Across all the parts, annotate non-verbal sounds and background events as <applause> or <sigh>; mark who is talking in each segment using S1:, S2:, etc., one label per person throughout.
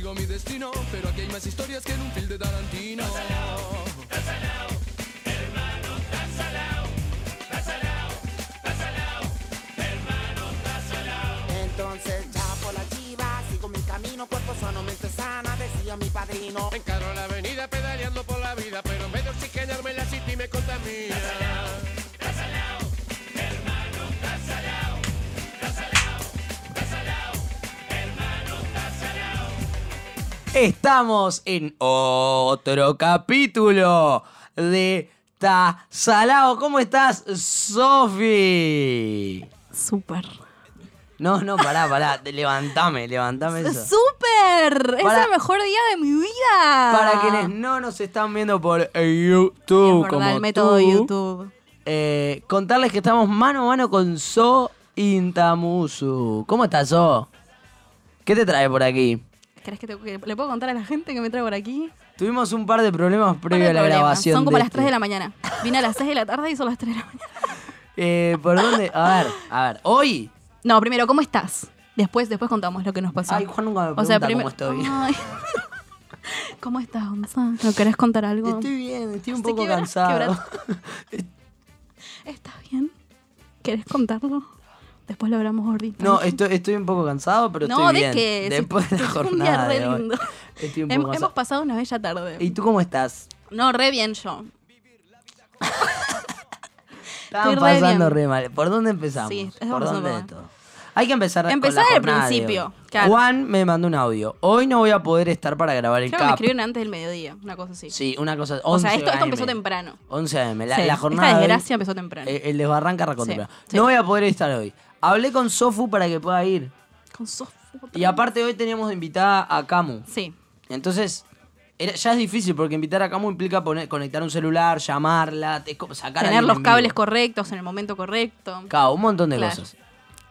S1: Tarantino, pero aquí hay más historias que en un film de Tarantino.
S2: Entonces ya por la chiva sigo mi camino, cuerpo sano, mente sana, decía mi padrino.
S1: Encaro la avenida pedaleando por la vida, pero en vez de oxigenarme la city me contamina.
S3: Estamos en otro capítulo de Tazalao. ¿Cómo estás, Sofi?
S4: Súper.
S3: No, no, pará, pará. <laughs> Levantame, levantame eso.
S4: ¡Súper!
S3: Para-
S4: Es el mejor día de mi vida.
S3: Para quienes no nos están viendo por YouTube,
S4: Es verdad,
S3: como
S4: el método
S3: tú,
S4: YouTube.
S3: eh, contarles que estamos mano a mano con So Intamusu. ¿Cómo estás, So? ¿Qué te trae por aquí?
S4: ¿Crees que, te- que le puedo contar a la gente que me trae por aquí?
S3: Tuvimos un par de problemas
S4: Par
S3: previo
S4: de
S3: a la
S4: problemas.
S3: grabación.
S4: Son como
S3: de
S4: las 3
S3: este.
S4: de la mañana. Vine a las 6 de la tarde y son las 3 de la mañana.
S3: Eh, ¿Por dónde? A ver, a ver. Hoy
S4: No, primero, ¿cómo estás? Después, después contamos lo que nos pasó.
S3: Ay, Juan nunca me pregunta
S4: primero-
S3: cómo estoy.
S4: Ay. <laughs> ¿Cómo estás, Gonzalo? ¿No querés contar algo?
S3: estoy bien, estoy un
S4: Estoy
S3: poco
S4: quebra-
S3: cansado.
S4: ¿Estás bien? ¿Querés contarlo? Después lo hablamos gordito.
S3: <laughs> No, estoy, estoy un poco cansado, pero
S4: No,
S3: estoy
S4: ¿de
S3: bien.
S4: qué? Si
S3: Después de la
S4: fue un día
S3: jornada
S4: re
S3: de hoy,
S4: lindo.
S3: Estoy un
S4: Hem-
S3: poco
S4: hemos
S3: cansado.
S4: pasado una bella tarde.
S3: ¿Y tú cómo estás?
S4: No, re bien yo.
S3: Estaban
S4: re
S3: pasando
S4: bien.
S3: re mal. ¿Por dónde empezamos?
S4: Sí, estamos
S3: ¿Por
S4: pasando
S3: dónde
S4: mal.
S3: esto? Hay que empezar con
S4: Empezá
S3: la
S4: del
S3: jornada de
S4: principio,
S3: hoy.
S4: claro.
S3: Juan me mandó un audio. Hoy no voy a poder estar para grabar el
S4: Creo que me
S3: cap.
S4: escribieron antes del mediodía, una cosa así.
S3: Sí, una cosa.
S4: o sea,
S3: 11
S4: esto, esto
S3: AM.
S4: empezó temprano.
S3: 11 AM. La,
S4: Sí,
S3: la
S4: esta
S3: jornada. de hoy- eh,
S4: desgracia empezó temprano.
S3: El, el desbarranca recontra
S4: Sí,
S3: temprano.
S4: sí.
S3: No voy a poder estar hoy. Hablé con Sofu para que pueda ir.
S4: Con Sofu.
S3: Y aparte hoy teníamos de invitada a Camu.
S4: Sí.
S3: Entonces, era- ya es difícil porque invitar a Camu implica poner, conectar un celular, llamarla, te- co- sacar a
S4: Tener
S3: alguien
S4: los
S3: en
S4: cables
S3: vivo.
S4: correctos en el momento correcto.
S3: Claro, un montón de
S4: Claro.
S3: cosas.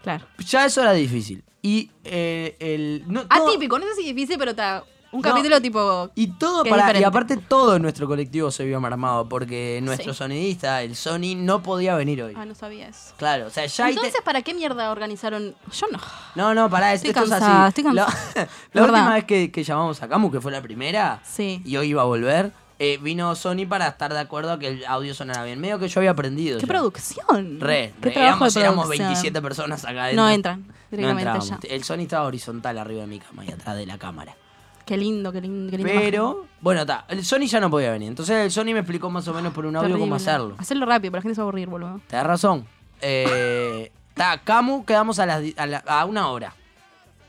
S4: Claro.
S3: Ya eso era difícil. Y eh, el... no- todo-
S4: Atípico, no sé si difícil, pero está. Un
S3: No.
S4: capítulo tipo.
S3: Y todo
S4: que es
S3: para, y
S4: diferente.
S3: aparte todo en nuestro colectivo se vio amarmado porque nuestro
S4: Sí.
S3: sonidista, el Sony, no podía venir hoy.
S4: Ah, no sabía eso.
S3: Claro, o sea, ya ahí te-
S4: Entonces, ¿para qué mierda organizaron? Yo no.
S3: No, no, pará, es-
S4: Estoy
S3: esto es
S4: cansada,
S3: así.
S4: estoy cansada.
S3: <laughs> La, la
S4: La verdad.
S3: última vez que, que llamamos a Camu, que fue la primera,
S4: Sí.
S3: y hoy iba a volver, eh, vino Sony para estar de acuerdo a que el audio sonara bien. Medio que yo había aprendido.
S4: ¡Qué
S3: ya.
S4: producción!
S3: Re,
S4: ¡Qué
S3: re,
S4: trabajo
S3: éramos,
S4: de
S3: éramos
S4: producción.
S3: 27 personas acá adentro.
S4: No entran directamente
S3: No
S4: ya.
S3: entrábamos. El Sony estaba horizontal arriba de mi cama y atrás de la cámara.
S4: Qué lindo, qué lindo, qué lindo.
S3: Pero, bueno, está. El Sony ya no podía venir. Entonces el Sony me explicó más o menos por un audio cómo hacerlo.
S4: Hacerlo rápido, pero la gente se va a aburrir, boludo.
S3: Tenés razón. Eh, Está, Camu, quedamos a, las, di- a, la- a una hora.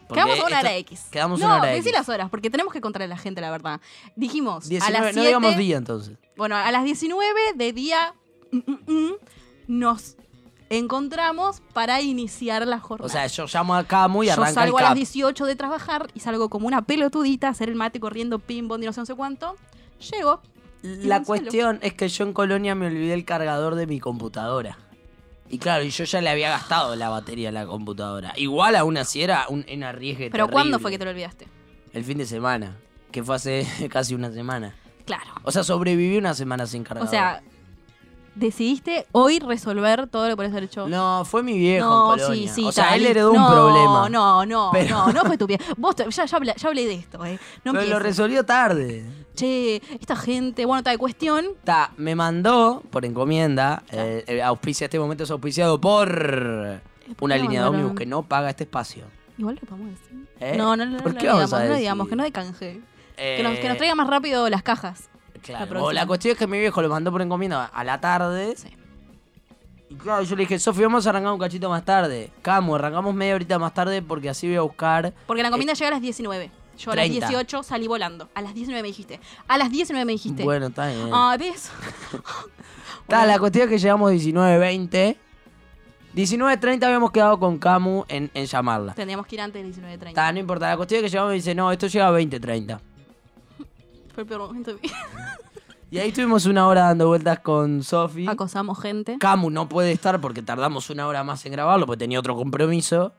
S3: Porque
S4: quedamos a una
S3: esto-
S4: hora X.
S3: Quedamos
S4: no,
S3: una hora
S4: decí
S3: X.
S4: las horas, porque tenemos que contarle a la gente, la verdad. Dijimos
S3: 19,
S4: a las 7,
S3: no digamos día entonces.
S4: Bueno, a las 19 de día mm, mm, mm, nos encontramos para iniciar la jornada.
S3: O sea, yo llamo a Camu y
S4: yo
S3: arranca
S4: salgo
S3: el
S4: a las
S3: cap.
S4: 18 de trabajar y salgo como una pelotudita a hacer el mate corriendo ping, bond y no sé, no sé cuánto. Llego. y
S3: La
S4: Gonzalo.
S3: cuestión es que yo en Colonia me olvidé el cargador de mi computadora. Y claro, y yo ya le había gastado la batería a la computadora. Igual aún así era un, en arriesgue
S4: Pero ¿cuándo fue que te
S3: terrible.
S4: lo olvidaste?
S3: El fin de semana, que fue hace <laughs> casi una semana.
S4: Claro.
S3: O sea, sobreviví una semana sin cargador.
S4: O sea, decidiste hoy resolver todo lo que podés haber hecho.
S3: No, fue mi viejo en Colonia. o sea,
S4: tal,
S3: él
S4: listo.
S3: heredó
S4: no,
S3: un problema.
S4: No, no,
S3: Pero-
S4: no, no fue tu pie. Vos, te- ya, ya, hablé, ya hablé de esto, ¿eh?
S3: pero
S4: No
S3: lo
S4: empieces.
S3: resolvió tarde.
S4: Che, esta gente, bueno, tal cuestión.
S3: Ta, me mandó por encomienda, eh, eh, auspicia, este momento es auspiciado por una
S4: qué
S3: línea de
S4: mandaron?
S3: ómnibus que no paga este espacio.
S4: Igual lo podemos decir.
S3: ¿Eh?
S4: No, no, no, no,
S3: ¿Por
S4: lo
S3: qué vamos
S4: digamos,
S3: a
S4: no lo
S3: decir?
S4: digamos, que no de canje. que, nos, que nos
S3: Eh,
S4: traiga más rápido las cajas.
S3: Claro, bueno,
S4: La
S3: la
S4: próxima.
S3: cuestión es que mi viejo lo mandó por encomienda a la tarde.
S4: Sí.
S3: Y claro, yo le dije, Sofi, vamos a arrancar un cachito más tarde. Camo, arrancamos media horita más tarde porque así voy a buscar.
S4: Porque la encomienda llega a las 19. Yo a las
S3: 30.
S4: 18 salí volando. A las 19 me dijiste. A las 19 me dijiste.
S3: Bueno, eh. está bien.
S4: Ah, ¿ves? <laughs>
S3: Ta, la cuestión es que llegamos 19.20. 19.30 habíamos quedado con Camu en, en llamarla.
S4: Tendríamos que ir antes del 19.30.
S3: Ta, no importa, la cuestión es que llegamos y dice, no, esto llega a 20.30.
S4: Fue el peor momento de mi vida.
S3: Y ahí estuvimos una hora dando vueltas con Sofi.
S4: Acosamos gente.
S3: Camu no puede estar porque tardamos una hora más en grabarlo porque tenía otro compromiso.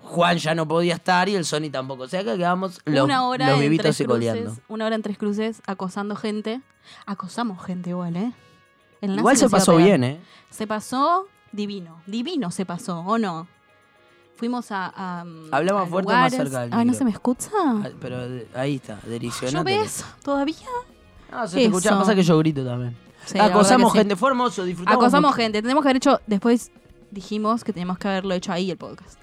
S3: Juan ya no podía estar y el Sony tampoco. O sea que quedamos los,
S4: una hora
S3: los
S4: en
S3: vivitos
S4: tres
S3: y coleando.
S4: cruces, una hora en tres cruces, acosando gente. Acosamos gente igual, ¿eh? El nazi
S3: Igual se ¿eh?
S4: nos iba a
S3: pasó
S4: pegar.
S3: bien, ¿eh?
S4: Se pasó divino. Divino se pasó, ¿o no? Fuimos a. a mm,
S3: Habla más
S4: a
S3: fuerte, más
S4: lugares.
S3: cerca del
S4: Ay, ¿no
S3: micro.
S4: se me escucha?
S3: Ah, Pero eh, ahí está,
S4: ¿Yo
S3: delicionante.
S4: ves todavía?
S3: No, se te escucha,
S4: Eso.
S3: pasa que yo grito también.
S4: Sí, la verdad
S3: Acosamos
S4: que sí.
S3: gente, fue hermoso, disfrutamos.
S4: Acosamos
S3: mucho.
S4: gente. Tenemos que haber hecho. Después dijimos que teníamos que haberlo hecho ahí el podcast.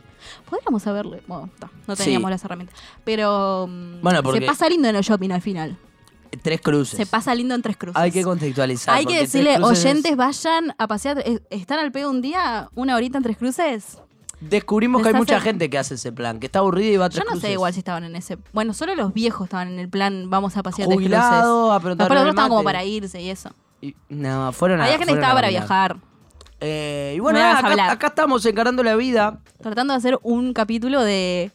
S4: Podríamos haberlo. Bueno, ta, no
S3: Sí.
S4: teníamos las herramientas. Pero. mm,
S3: Bueno, porque-
S4: Se pasa lindo en el shopping al final.
S3: Tres cruces.
S4: Se pasa lindo en tres cruces.
S3: Hay que contextualizar.
S4: Hay que
S3: porque Tres
S4: decirle,
S3: Cruces es-
S4: oyentes, vayan a pasear. Eh, ¿Están al pedo un día? ¿Una horita en tres cruces?
S3: Descubrimos que hay
S4: les
S3: mucha
S4: hace-
S3: gente que hace ese plan, que está aburrida y va a
S4: Yo
S3: Tres
S4: no sé
S3: Cruces.
S4: igual si estaban en ese. Bueno, solo los viejos estaban en el plan, vamos a pasear tres cruces.
S3: Jubilados, a preguntar
S4: Capaz los
S3: el
S4: otros estaban como
S3: mate.
S4: para irse y eso.
S3: Y- no, fueron a.
S4: Había gente que
S3: fueron a
S4: estaba para
S3: bailar.
S4: viajar.
S3: Eh, y bueno,
S4: Me
S3: nada,
S4: vas a
S3: acá,
S4: hablar.
S3: acá estamos encarando la vida.
S4: Tratando de hacer un capítulo de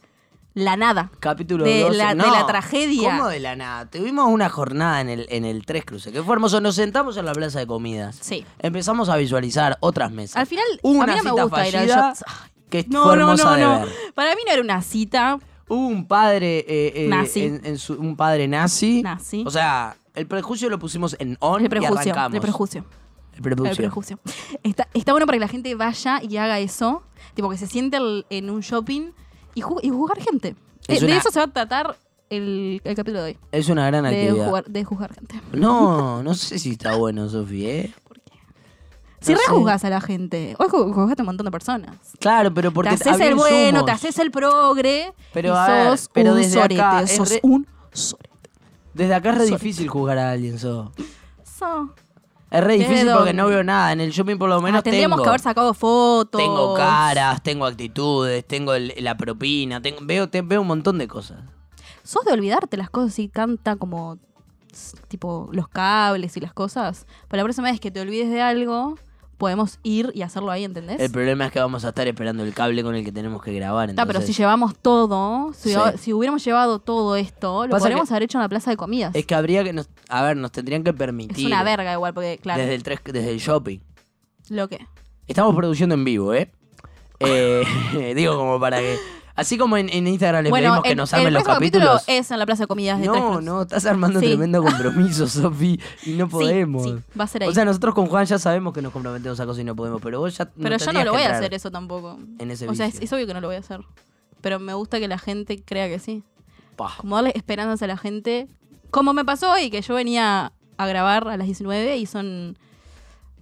S4: la nada.
S3: Capítulo
S4: De
S3: 12.
S4: la- de
S3: No,
S4: la tragedia.
S3: ¿Cómo de la nada? Tuvimos una jornada en el, en el Tres Cruces, que fue hermoso. Nos sentamos en la plaza de comidas.
S4: Sí.
S3: Empezamos a visualizar otras mesas.
S4: Al final,
S3: Una
S4: a mí no me
S3: cita
S4: gusta ir al
S3: fallida
S4: shops. Ay,
S3: que
S4: No,
S3: fue
S4: no,
S3: hermosa
S4: no,
S3: de
S4: no.
S3: ver.
S4: Para mí no era una cita.
S3: Hubo un padre eh, eh,
S4: Nazi.
S3: En, en su- un padre nazi.
S4: Nazi.
S3: O sea, el prejuicio lo pusimos en on
S4: El
S3: y
S4: prejuicio.
S3: arrancamos.
S4: El prejuicio.
S3: El prejuicio.
S4: El prejuicio. Está, está bueno para que la gente vaya y haga eso. Tipo, que se siente el- en un shopping y, ju- y juzgar gente.
S3: Es
S4: Eh,
S3: una-
S4: De eso se va a tratar el, el capítulo de hoy.
S3: Es una gran
S4: De
S3: actividad.
S4: jugar- de juzgar gente.
S3: No, no sé si está bueno, Sofi, ¿eh?
S4: <laughs> Si
S3: No sé.
S4: rejuzgas a la gente. Hoy ju- juzgaste a un montón de personas.
S3: Claro, pero porque
S4: te haces
S3: había
S4: el bueno,
S3: insumos.
S4: te haces el progre.
S3: Pero,
S4: y
S3: a ver,
S4: sos
S3: pero
S4: un
S3: desde
S4: sorete.
S3: acá es
S4: sos
S3: re-
S4: un sorete.
S3: Desde acá es re
S4: Sorry.
S3: difícil jugar a alguien, so.
S4: So.
S3: Es re
S4: Desde
S3: difícil porque
S4: dónde.
S3: no veo nada. En el shopping por lo menos
S4: Ah, tendríamos
S3: tengo.
S4: que haber sacado fotos.
S3: tengo caras, tengo actitudes, tengo el- la propina, tengo, veo, te- veo un montón de cosas.
S4: Sos de olvidarte las cosas y canta como s- tipo los cables y las cosas. Para la próxima vez que te olvides de algo, podemos ir y hacerlo ahí, ¿entendés?
S3: El problema es que vamos a estar esperando el cable con el que tenemos que grabar.
S4: Ta, pero si
S3: entonces-
S4: llevamos todo, si,
S3: Sí.
S4: si hubiéramos llevado todo esto, lo
S3: Pasa
S4: podríamos
S3: que-
S4: haber hecho en la plaza de comidas.
S3: Es que habría que nos, a ver, nos tendrían que
S4: Es
S3: permitir
S4: una verga igual, porque claro,
S3: desde el tres- desde el shopping.
S4: lo que...
S3: Estamos produciendo en vivo, ¿eh? Eh, <laughs> digo como para que así como en, en Instagram les pedimos que
S4: el-
S3: nos
S4: el
S3: armen los
S4: próximo
S3: capítulos.
S4: capítulo es en la plaza de comidas de Tres
S3: no,
S4: Cruces.
S3: no, estás armando
S4: Sí.
S3: tremendo compromiso, <laughs> Sofi, y no
S4: Sí,
S3: podemos.
S4: sí, va a ser ahí.
S3: O sea, nosotros con Juan ya sabemos que nos comprometemos a cosas y no podemos, pero vos ya
S4: Pero yo no
S3: tendrías
S4: lo
S3: que
S4: voy a
S3: entrar.
S4: hacer eso tampoco.
S3: en ese
S4: o sea, es,
S3: vicio.
S4: es obvio que no lo voy a hacer. Pero me gusta que la gente crea que sí.
S3: Pa.
S4: Como darle esperanzas a la gente. Como me pasó hoy, que yo venía a grabar a las 19 y son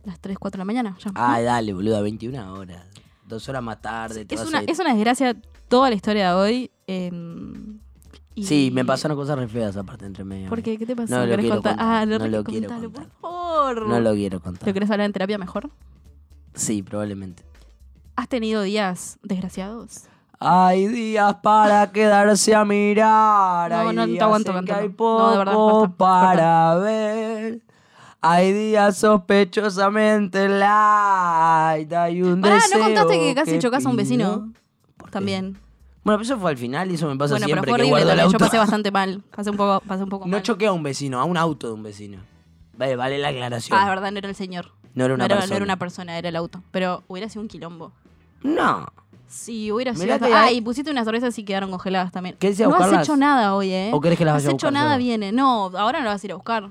S4: las 3, 4 de la mañana. ya.
S3: Ay, dale, boluda, 21 horas. Dos horas más tarde. te
S4: es,
S3: vas
S4: una,
S3: a ir.
S4: es una desgracia toda la historia de hoy. eh, y-
S3: Sí, me pasaron cosas re feas aparte entre medio.
S4: ¿Por qué? ¿Qué te pasó?
S3: No lo
S4: ¿Querés
S3: quiero
S4: contar?
S3: contar,
S4: Ah, no,
S3: no
S4: te-
S3: lo quiero
S4: contalo,
S3: contar.
S4: por favor.
S3: No lo quiero
S4: ¿Lo
S3: contar.
S4: querés hablar en terapia mejor?
S3: Sí, probablemente.
S4: ¿Has tenido días desgraciados?
S3: Hay días para quedarse a mirar.
S4: No,
S3: hay
S4: no te
S3: días
S4: aguanto,
S3: en que
S4: Cantón.
S3: hay
S4: No, de verdad,
S3: poco
S4: basta,
S3: para ver. Hay días sospechosamente light. Hay un
S4: Pará, ¿no
S3: deseo
S4: contaste que casi chocás a un
S3: pidió-
S4: vecino?
S3: ¿Por qué?
S4: También.
S3: Bueno, pero eso fue al final y eso me pasa
S4: bueno, pero
S3: siempre
S4: fue
S3: que
S4: horrible
S3: guardo el
S4: también. Yo
S3: auto.
S4: pasé bastante mal. Pasé un poco, pasé un poco
S3: No
S4: mal.
S3: choqué a un vecino, a un auto de un vecino. Vale, vale la aclaración.
S4: Ah, es verdad, no era el señor.
S3: No era una
S4: no, era,
S3: persona.
S4: no era una persona, era el auto. Pero hubiera sido un quilombo.
S3: No.
S4: Sí, hubiera
S3: Mirá
S4: sido.
S3: que
S4: Ah,
S3: hay-
S4: y pusiste unas cervezas y quedaron congeladas también.
S3: ¿Qué decía,
S4: no
S3: buscarlas?
S4: has hecho nada hoy, ¿eh?
S3: ¿O querés que las
S4: no
S3: vaya
S4: has
S3: a
S4: hecho
S3: buscar
S4: nada
S3: yo?
S4: viene. No, ahora no las vas a ir a buscar.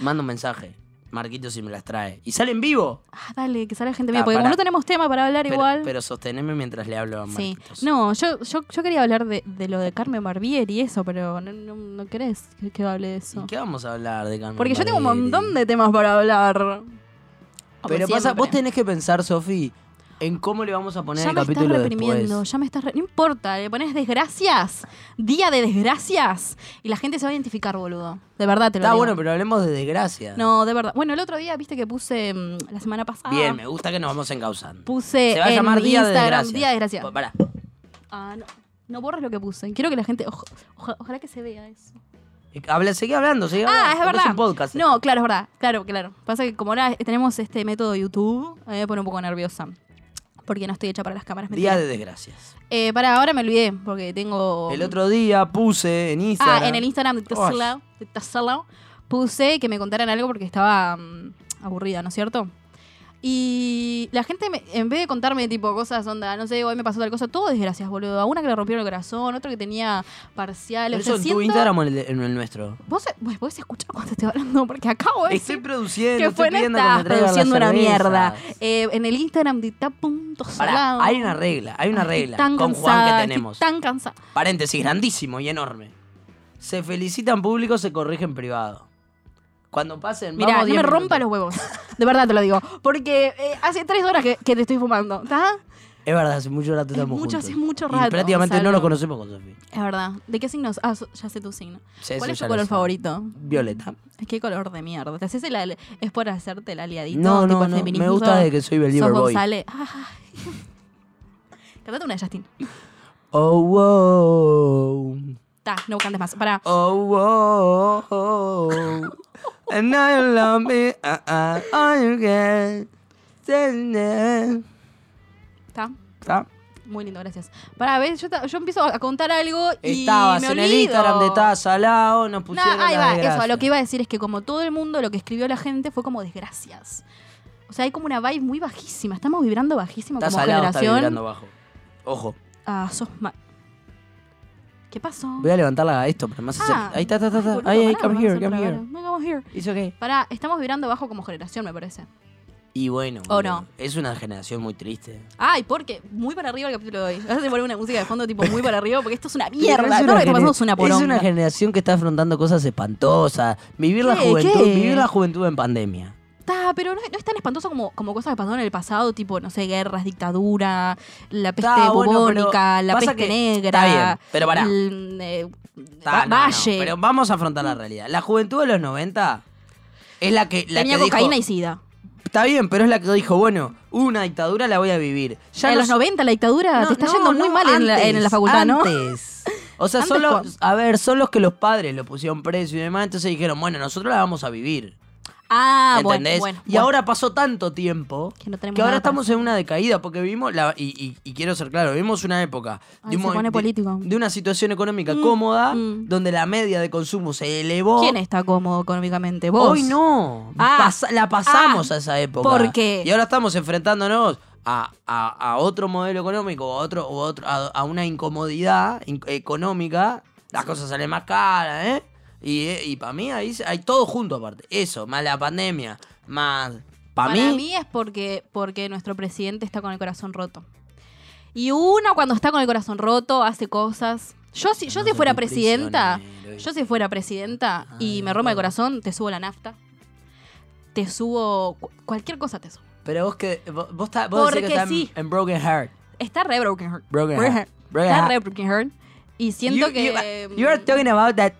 S3: Manda un mensaje. Marquito si me las trae. Y sale en vivo.
S4: Ah, dale, que sale gente
S3: Ah,
S4: mía. Porque
S3: pará.
S4: como no tenemos tema para hablar
S3: Pero,
S4: igual.
S3: pero sosteneme mientras le hablo a
S4: Sí,
S3: Marquitos.
S4: no, yo, yo, yo quería hablar de, de lo de Carmen Barbier y eso, pero no, no, no querés que, que hable de eso.
S3: ¿Y qué vamos a hablar de Carmen
S4: Porque yo tengo un
S3: Barbieri?
S4: montón de temas para hablar.
S3: Pero
S4: Como
S3: pasa, vos
S4: siempre.
S3: tenés que pensar, Sofi, en cómo le vamos a poner
S4: Ya
S3: el
S4: me estás
S3: capítulo
S4: reprimiendo,
S3: después.
S4: ya me estás... re- No importa, le pones desgracias, día de desgracias, y la gente se va a identificar, boludo. De verdad te lo
S3: Está
S4: digo.
S3: bueno, pero hablemos de desgracia.
S4: No, de verdad. Bueno, el otro día, viste que puse, mm, la semana pasada...
S3: Bien, me gusta que nos vamos encauzando.
S4: Puse
S3: Se va a
S4: en
S3: llamar Día de
S4: Instagram,
S3: Desgracia.
S4: Día de Desgracia.
S3: Pa- Pará.
S4: Ah, no, no borres lo que puse. Quiero que la gente... ojo- oja- ojalá que se vea eso.
S3: Habla, seguí hablando, seguí
S4: Ah,
S3: hablando.
S4: es
S3: porque
S4: verdad.
S3: un podcast.
S4: No, claro, es verdad. Claro, claro. Pasa que como ahora tenemos este método YouTube, a mí me pone un poco nerviosa. Porque no estoy hecha para las cámaras.
S3: Día
S4: mentira.
S3: de desgracias.
S4: Eh, para ahora me olvidé, porque tengo...
S3: El otro día puse en Instagram.
S4: <laughs> Ah, en el Instagram de Tesla, de Tesla, puse que me contaran algo porque estaba mm, aburrida, ¿no es cierto? Y la gente, me- en vez de contarme tipo cosas, onda, no sé, hoy me pasó tal cosa, todo desgracias, boludo. A una que le rompieron el corazón, otro que tenía parciales.
S3: Pero
S4: o
S3: eso
S4: sea,
S3: en tu
S4: siento-
S3: Instagram o en el, de- en el nuestro.
S4: Vos, vos podés escuchar cuando estoy hablando, porque acabo de
S3: Estoy
S4: decir
S3: produciendo,
S4: Pues que
S3: estoy
S4: fue
S3: pidiendo que
S4: estás
S3: me traigan las
S4: produciendo una
S3: cervezas.
S4: mierda. Eh, en el Instagram de está punto
S3: Pará,
S4: salado.
S3: hay una regla, hay una
S4: Estoy
S3: regla
S4: tan
S3: con
S4: cansada,
S3: Juan que
S4: estoy
S3: tenemos.
S4: Tan cansada.
S3: Paréntesis grandísimo y enorme. Se felicita en público, se corrige en privado. Cuando pasen,
S4: Mirá,
S3: vamos
S4: no me
S3: 10
S4: rompa los
S3: minutos.
S4: huevos. De verdad te lo digo. Porque eh, hace tres horas que, que te estoy fumando, ¿está?
S3: Es verdad, hace mucho rato
S4: Es
S3: estamos
S4: mucho,
S3: juntos.
S4: hace mucho
S3: Y
S4: rato,
S3: prácticamente no
S4: Gonzalo.
S3: lo conocemos con Sofi.
S4: Es verdad. ¿De qué signos? Ah, so- ya sé tu signo.
S3: Sí, eso
S4: ¿Cuál es
S3: ya
S4: tu
S3: lo
S4: color
S3: sé.
S4: favorito?
S3: Violeta.
S4: Es que color de mierda. ¿Te haces el ale- ¿Es por hacerte el aliadito?
S3: No,
S4: tipo
S3: no,
S4: el
S3: no.
S4: feminismo?
S3: Me gusta de que soy Believer
S4: Sos
S3: Boy.
S4: González. <laughs> Ay. Cantate una de Justin.
S3: Oh, wow.
S4: Ta, no cantes más. Pará.
S3: Oh, wow. And now you love me. ah, ah, all you can. Tender.
S4: Está.
S3: ¿Está?
S4: Muy lindo, gracias. Pará, ves, yo, ta- yo empiezo a contar algo y
S3: Estabas
S4: me
S3: en
S4: olvido.
S3: el Instagram de Taz Salao, nos
S4: No,
S3: pusieron
S4: ahí
S3: la
S4: va,
S3: desgracia.
S4: eso. a Lo que iba a decir es que como todo el mundo, lo que escribió la gente fue como desgracias. O sea, hay como una vibe muy bajísima. Estamos vibrando bajísimo
S3: Taz
S4: como
S3: Salao está
S4: generación.
S3: vibrando bajo. Ojo,
S4: Ah, sos ma- ¿Qué pasó?
S3: voy a levantarla a esto, pero más
S4: Ah,
S3: acerca. Ahí está, está, está.
S4: ay,
S3: está.
S4: boludo,
S3: Ahí, ahí,
S4: pará,
S3: come
S4: me van a
S3: here,
S4: hacer
S3: come here.
S4: tragar. No, come here.
S3: It's okay.
S4: Pará, estamos vibrando bajo como generación, me parece.
S3: Y bueno,
S4: Oh, no.
S3: boludo, es una generación muy triste.
S4: Ay, porque muy para arriba el capítulo de hoy. <laughs> Vas a poner una música de fondo tipo muy para arriba porque esto
S3: <laughs>
S4: es una mierda.
S3: Es
S4: Todo lo
S3: una
S4: que está pasando es
S3: gener-
S4: una
S3: Es
S4: poronga.
S3: una generación que está afrontando cosas espantosas. Vivir la
S4: ¿Qué?
S3: juventud,
S4: ¿Qué?
S3: vivir la juventud en pandemia.
S4: Ta, pero no, no es tan espantoso como, como cosas que pasaron en el pasado, tipo, no sé, guerras, dictadura, la peste
S3: Ta, bueno,
S4: bubónica,
S3: pero
S4: la
S3: pasa
S4: peste
S3: que-
S4: negra.
S3: está bien, pero pará.
S4: el, eh,
S3: Ta,
S4: va-
S3: Ah, no, no,
S4: valle.
S3: pero vamos a afrontar la realidad. La juventud de los 90 es la que. La
S4: tenía
S3: que
S4: cocaína
S3: dijo-
S4: y sida.
S3: Está bien, pero es la que dijo, bueno, una dictadura la voy a vivir. Ya
S4: en
S3: no
S4: los
S3: so-
S4: 90 la dictadura
S3: No,
S4: te está
S3: no,
S4: yendo muy
S3: no,
S4: mal en, la, en
S3: antes,
S4: la facultad, ¿no?
S3: antes. O sea,
S4: Antes
S3: son los-
S4: Juan.
S3: a ver, son los que los padres lo pusieron preso y demás, entonces dijeron, bueno, nosotros la vamos a vivir.
S4: Ah, bueno,
S3: ¿Entendés?
S4: bueno,
S3: y
S4: bueno.
S3: ahora pasó tanto tiempo
S4: Que no tenemos
S3: ahora
S4: nada para
S3: estamos en una decaída porque vivimos, la, y, y- y quiero ser claro, vivimos una época
S4: Ay,
S3: un
S4: se
S3: mo-
S4: pone político.
S3: de una situación económica cómoda
S4: mm.
S3: donde la media de consumo se elevó.
S4: ¿Quién está cómodo económicamente? ¿Vos?
S3: Hoy no.
S4: Ah.
S3: Pasa- la pasamos
S4: Ah.
S3: a esa época.
S4: ¿Por qué?
S3: Y ahora estamos enfrentándonos a, a- a otro modelo económico, a, otro, o otro- a, a una incomodidad in- económica. Las cosas salen más caras, ¿eh? Y, para mí ahí se- hay todo junto aparte. Eso, más la pandemia, más... Para mí,
S4: es porque, porque nuestro presidente está con el corazón roto. Y uno cuando está con el corazón roto hace cosas. Yo si, yo
S3: No
S4: si
S3: soy
S4: fuera
S3: un
S4: presidenta,
S3: prisionero.
S4: yo si fuera presidenta
S3: Ay,
S4: y me rompa el
S3: bueno.
S4: corazón, te subo la nafta. Te subo cu- cualquier cosa te subo.
S3: pero vos que vos, vos está- vos decís que
S4: Porque
S3: está en-
S4: sí.
S3: en, Broken Heart.
S4: Está re broken heart.
S3: Broken heart. Broken
S4: Está
S3: heart.
S4: re broken heart. Y siento
S3: You- you-
S4: que
S3: you are talking about that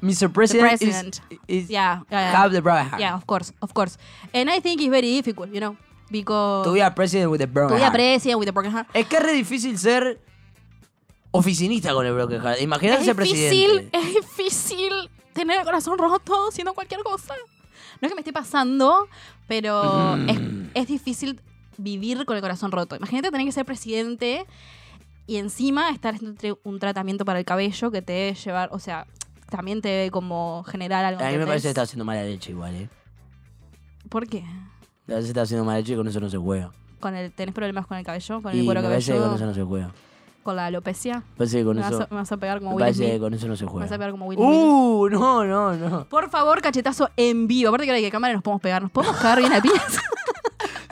S3: Mr. President, is-
S4: president.
S3: is-
S4: yeah, yeah, yeah.
S3: have the broken heart.
S4: Yeah, of course, of course. And I think it's very difficult, you know, because
S3: To be a president with a broken
S4: tu vida
S3: heart.
S4: president with a broken heart.
S3: Es que es re difícil ser oficinista con el broken heart. Imagínate
S4: es
S3: ser
S4: difícil,
S3: presidente.
S4: es difícil tener el corazón roto siendo cualquier cosa. No es que me esté pasando, pero es, es difícil vivir con el corazón roto. Imagínate tener que ser presidente y encima estar haciendo tre- un tratamiento para el cabello que te debe llevar, o sea, también te debe como generar algo.
S3: A mí me
S4: ¿entendés?
S3: parece que está haciendo mala leche igual, eh.
S4: ¿Por qué?
S3: Me parece que está haciendo mala leche y con eso no se juega.
S4: Con el, ¿Tenés problemas con el cabello? ¿Con
S3: Y
S4: el
S3: me
S4: cuero
S3: parece que con eso
S4: cabelludo?
S3: no se juega.
S4: ¿Con la alopecia?
S3: Me parece que con
S4: Me vas,
S3: eso.
S4: a, me vas a pegar como
S3: me
S4: Will
S3: parece que
S4: Smith.
S3: con eso no se
S4: Me vas a
S3: juega.
S4: pegar como Will Smith.
S3: Uh, no, no, no.
S4: Por favor, cachetazo en vivo. Aparte que ahora que hay cámara nos podemos pegar. <laughs> Nos podemos cagar bien a piñas.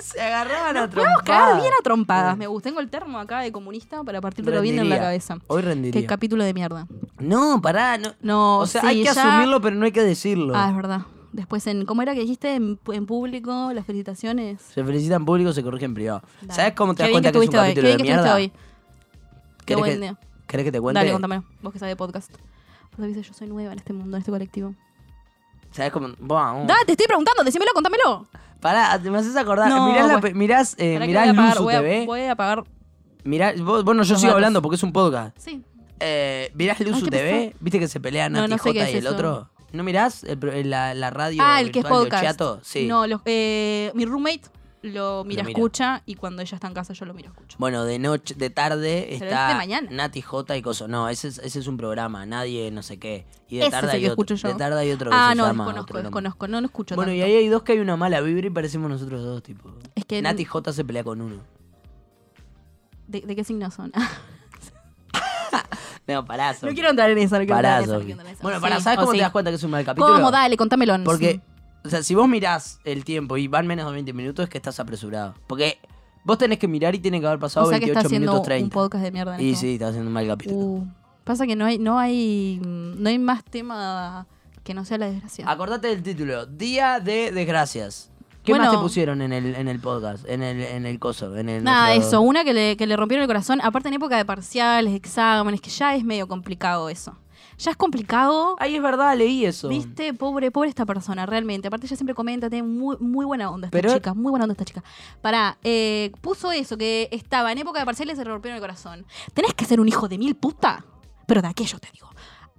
S3: Se agarraban a
S4: podemos cagar
S3: trompadas.
S4: bien a trompadas.
S3: Sí.
S4: Me gusta. Tengo el termo acá de comunista para partírtelo bien en la
S3: Rendiría.
S4: cabeza.
S3: Hoy
S4: Qué
S3: rendiría.
S4: capítulo de mierda.
S3: No, pará. No.
S4: No,
S3: o sea,
S4: sí,
S3: hay que
S4: ya-
S3: asumirlo, pero no hay que decirlo.
S4: Ah, es verdad. Después en... ¿Cómo era que dijiste? En, en público, las felicitaciones.
S3: Se felicita en público, se corrige en privado.
S4: Dale.
S3: ¿Sabes cómo te
S4: Qué
S3: das cuenta
S4: bien
S3: que, es un
S4: estuviste hoy,
S3: capítulo
S4: qué
S3: de
S4: bien que
S3: mierda?
S4: estuviste hoy. Qué
S3: ¿Querés
S4: buen
S3: que,
S4: día.
S3: ¿Querés que te cuente?
S4: Dale, contame. Vos que sabés de podcast. Vos sabés que yo soy nueva en este mundo, en este colectivo.
S3: ¿Sabes cómo? Buah, un-
S4: Da, te estoy preguntando. Decímelo, contámelo.
S3: Pará, te me haces acordar.
S4: No,
S3: mirás, la
S4: bueno.
S3: pe- mirás, eh,
S4: Pará que
S3: mirás
S4: voy a apagar-
S3: Luzu
S4: voy a-
S3: TV.
S4: Voy a apagar...
S3: Mirás, vos- bueno, yo
S4: Los
S3: sigo
S4: datos.
S3: hablando porque es un podcast.
S4: Sí.
S3: Eh, mirás Luzu
S4: Ay, ¿qué
S3: TV. ¿Viste que se pelean
S4: No,
S3: Nati
S4: no sé
S3: Jota
S4: qué
S3: y
S4: es
S3: el
S4: eso.
S3: otro? ¿No mirás el pro- la, la radio
S4: Ah, el que es
S3: virtual de
S4: podcast.
S3: Ochiato? Sí.
S4: No, los, eh, mi roommate lo mira,
S3: mira.
S4: escucha y cuando ella está en casa yo lo miro, escucho.
S3: Bueno, de noche, de tarde
S4: Pero
S3: está
S4: es de mañana.
S3: Nati J y Coso. No, ese es, ese es un programa, nadie no sé qué. Y de
S4: Ese
S3: tarde
S4: es el
S3: hay
S4: que
S3: otro.
S4: escucho yo.
S3: De tarde hay otro que
S4: Ah,
S3: se
S4: no,
S3: llama
S4: desconozco,
S3: otro nombre.
S4: desconozco, no lo escucho
S3: Bueno, y
S4: tanto.
S3: ahí hay dos que hay una mala vibra y parecemos nosotros dos, tipo.
S4: Es que-
S3: Nati J se pelea con uno. <laughs>
S4: ¿De, de qué signo son?
S3: No, pará, Sofi.
S4: no quiero entrar en eso, no quiero entrar
S3: Pará,
S4: en eso, no
S3: Sofi.
S4: quiero entrar en eso.
S3: Bueno,
S4: Sí,
S3: pará, ¿sabes
S4: o
S3: cómo
S4: sí.
S3: te das cuenta que es un mal capítulo?
S4: ¿Cómo? Dale, contámelo. no
S3: Porque,
S4: sé.
S3: o sea, si vos mirás el tiempo y van menos de 20 minutos, es que estás apresurado. Porque vos tenés que mirar y tiene que haber pasado
S4: o sea que está
S3: 28
S4: haciendo
S3: minutos
S4: un
S3: 30.
S4: podcast de mierda. en
S3: Y
S4: esto.
S3: sí, estás haciendo un mal capítulo.
S4: Uh, pasa que no hay, no hay, no hay más tema que no sea la desgracia.
S3: Acordate del título, Día de Desgracias. ¿Qué más
S4: Bueno.
S3: te pusieron en el, en el podcast? En el, en el coso, en el
S4: Nada, de
S3: nuestro-
S4: eso, una que le, que le rompieron el corazón, aparte en época de parciales, exámenes, que ya es medio complicado eso. Ya es complicado,
S3: Ay, es verdad, leí eso.
S4: viste, pobre, pobre esta persona, realmente. Aparte ella siempre comenta, tiene muy, muy buena onda esta
S3: Pero-
S4: chica, muy buena onda esta chica. Pará, eh, puso eso, que estaba en época de parciales se le rompieron el corazón. Tenés que ser un hijo de mil puta, pero de aquello te digo.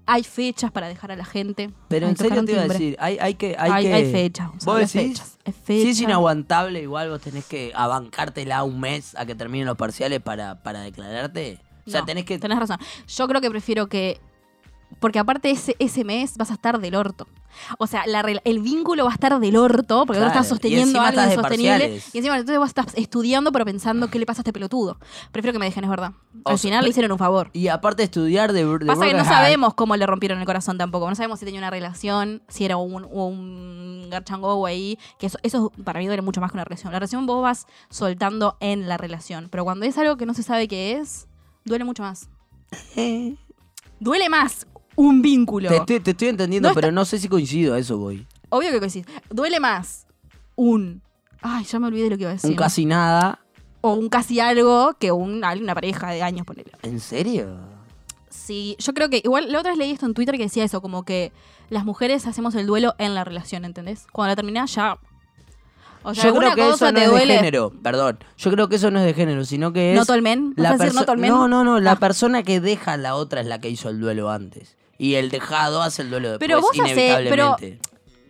S4: Hay fechas para dejar a la gente.
S3: Pero
S4: Ay,
S3: en serio
S4: tocaron
S3: te iba a
S4: timbre.
S3: decir, hay, hay que... Hay,
S4: Hay,
S3: que...
S4: hay fechas, Gonzalo,
S3: ¿Vos
S4: hay
S3: decís?
S4: fechas, hay
S3: Sí, es
S4: fechas.
S3: inaguantable, igual vos tenés que abancártela un mes a que terminen los parciales para, para declararte. O sea,
S4: No,
S3: tenés que...
S4: Tenés razón. Yo creo que prefiero que. Porque aparte ese, ese mes vas a estar del orto. O sea, la rela- el vínculo va a estar del orto porque
S3: Claro,
S4: vos estás
S3: y
S4: sosteniendo
S3: encima
S4: algo
S3: estás de
S4: insostenible.
S3: parciales.
S4: Y encima entonces vos estás estudiando pero pensando qué le pasa a este pelotudo. Prefiero que me dejen, es verdad.
S3: O
S4: Al
S3: sea,
S4: final le hicieron un favor.
S3: Y aparte estudiar de... de
S4: Pasa que
S3: Burger
S4: no
S3: Hall.
S4: sabemos cómo le rompieron el corazón tampoco. No sabemos si tenía una relación, si era un, un garchangobo ahí. Que eso, eso para mí duele mucho más que una relación. La relación vos vas soltando en la relación. Pero cuando es algo que no se sabe qué es, duele
S3: <laughs>
S4: mucho más.
S3: Eh,
S4: Duele más un vínculo.
S3: Te estoy, te estoy entendiendo,
S4: No está-
S3: pero no sé si coincido a eso, voy.
S4: Obvio que coincide. Duele más un. Ay, ya me olvidé de lo que iba a decir.
S3: Un casi nada.
S4: O un casi algo que un, una pareja de años, ponele.
S3: ¿En serio?
S4: Sí, yo creo que. Igual la otra vez leí esto en Twitter que decía eso, como que las mujeres hacemos el duelo en la relación, ¿entendés? Cuando la terminás ya. O
S3: yo creo
S4: alguna
S3: que eso
S4: cosa
S3: no
S4: te
S3: es
S4: duele.
S3: de género, perdón. Yo creo que eso no es de género, sino que es.
S4: ¿No todo el men? ¿Vas a decir
S3: perso-
S4: no todo el men?
S3: No, no, no, La
S4: Ah.
S3: persona que deja a la otra es la que hizo el duelo antes. Y el dejado hace el duelo después,
S4: Pero vos hacés-
S3: inevitablemente.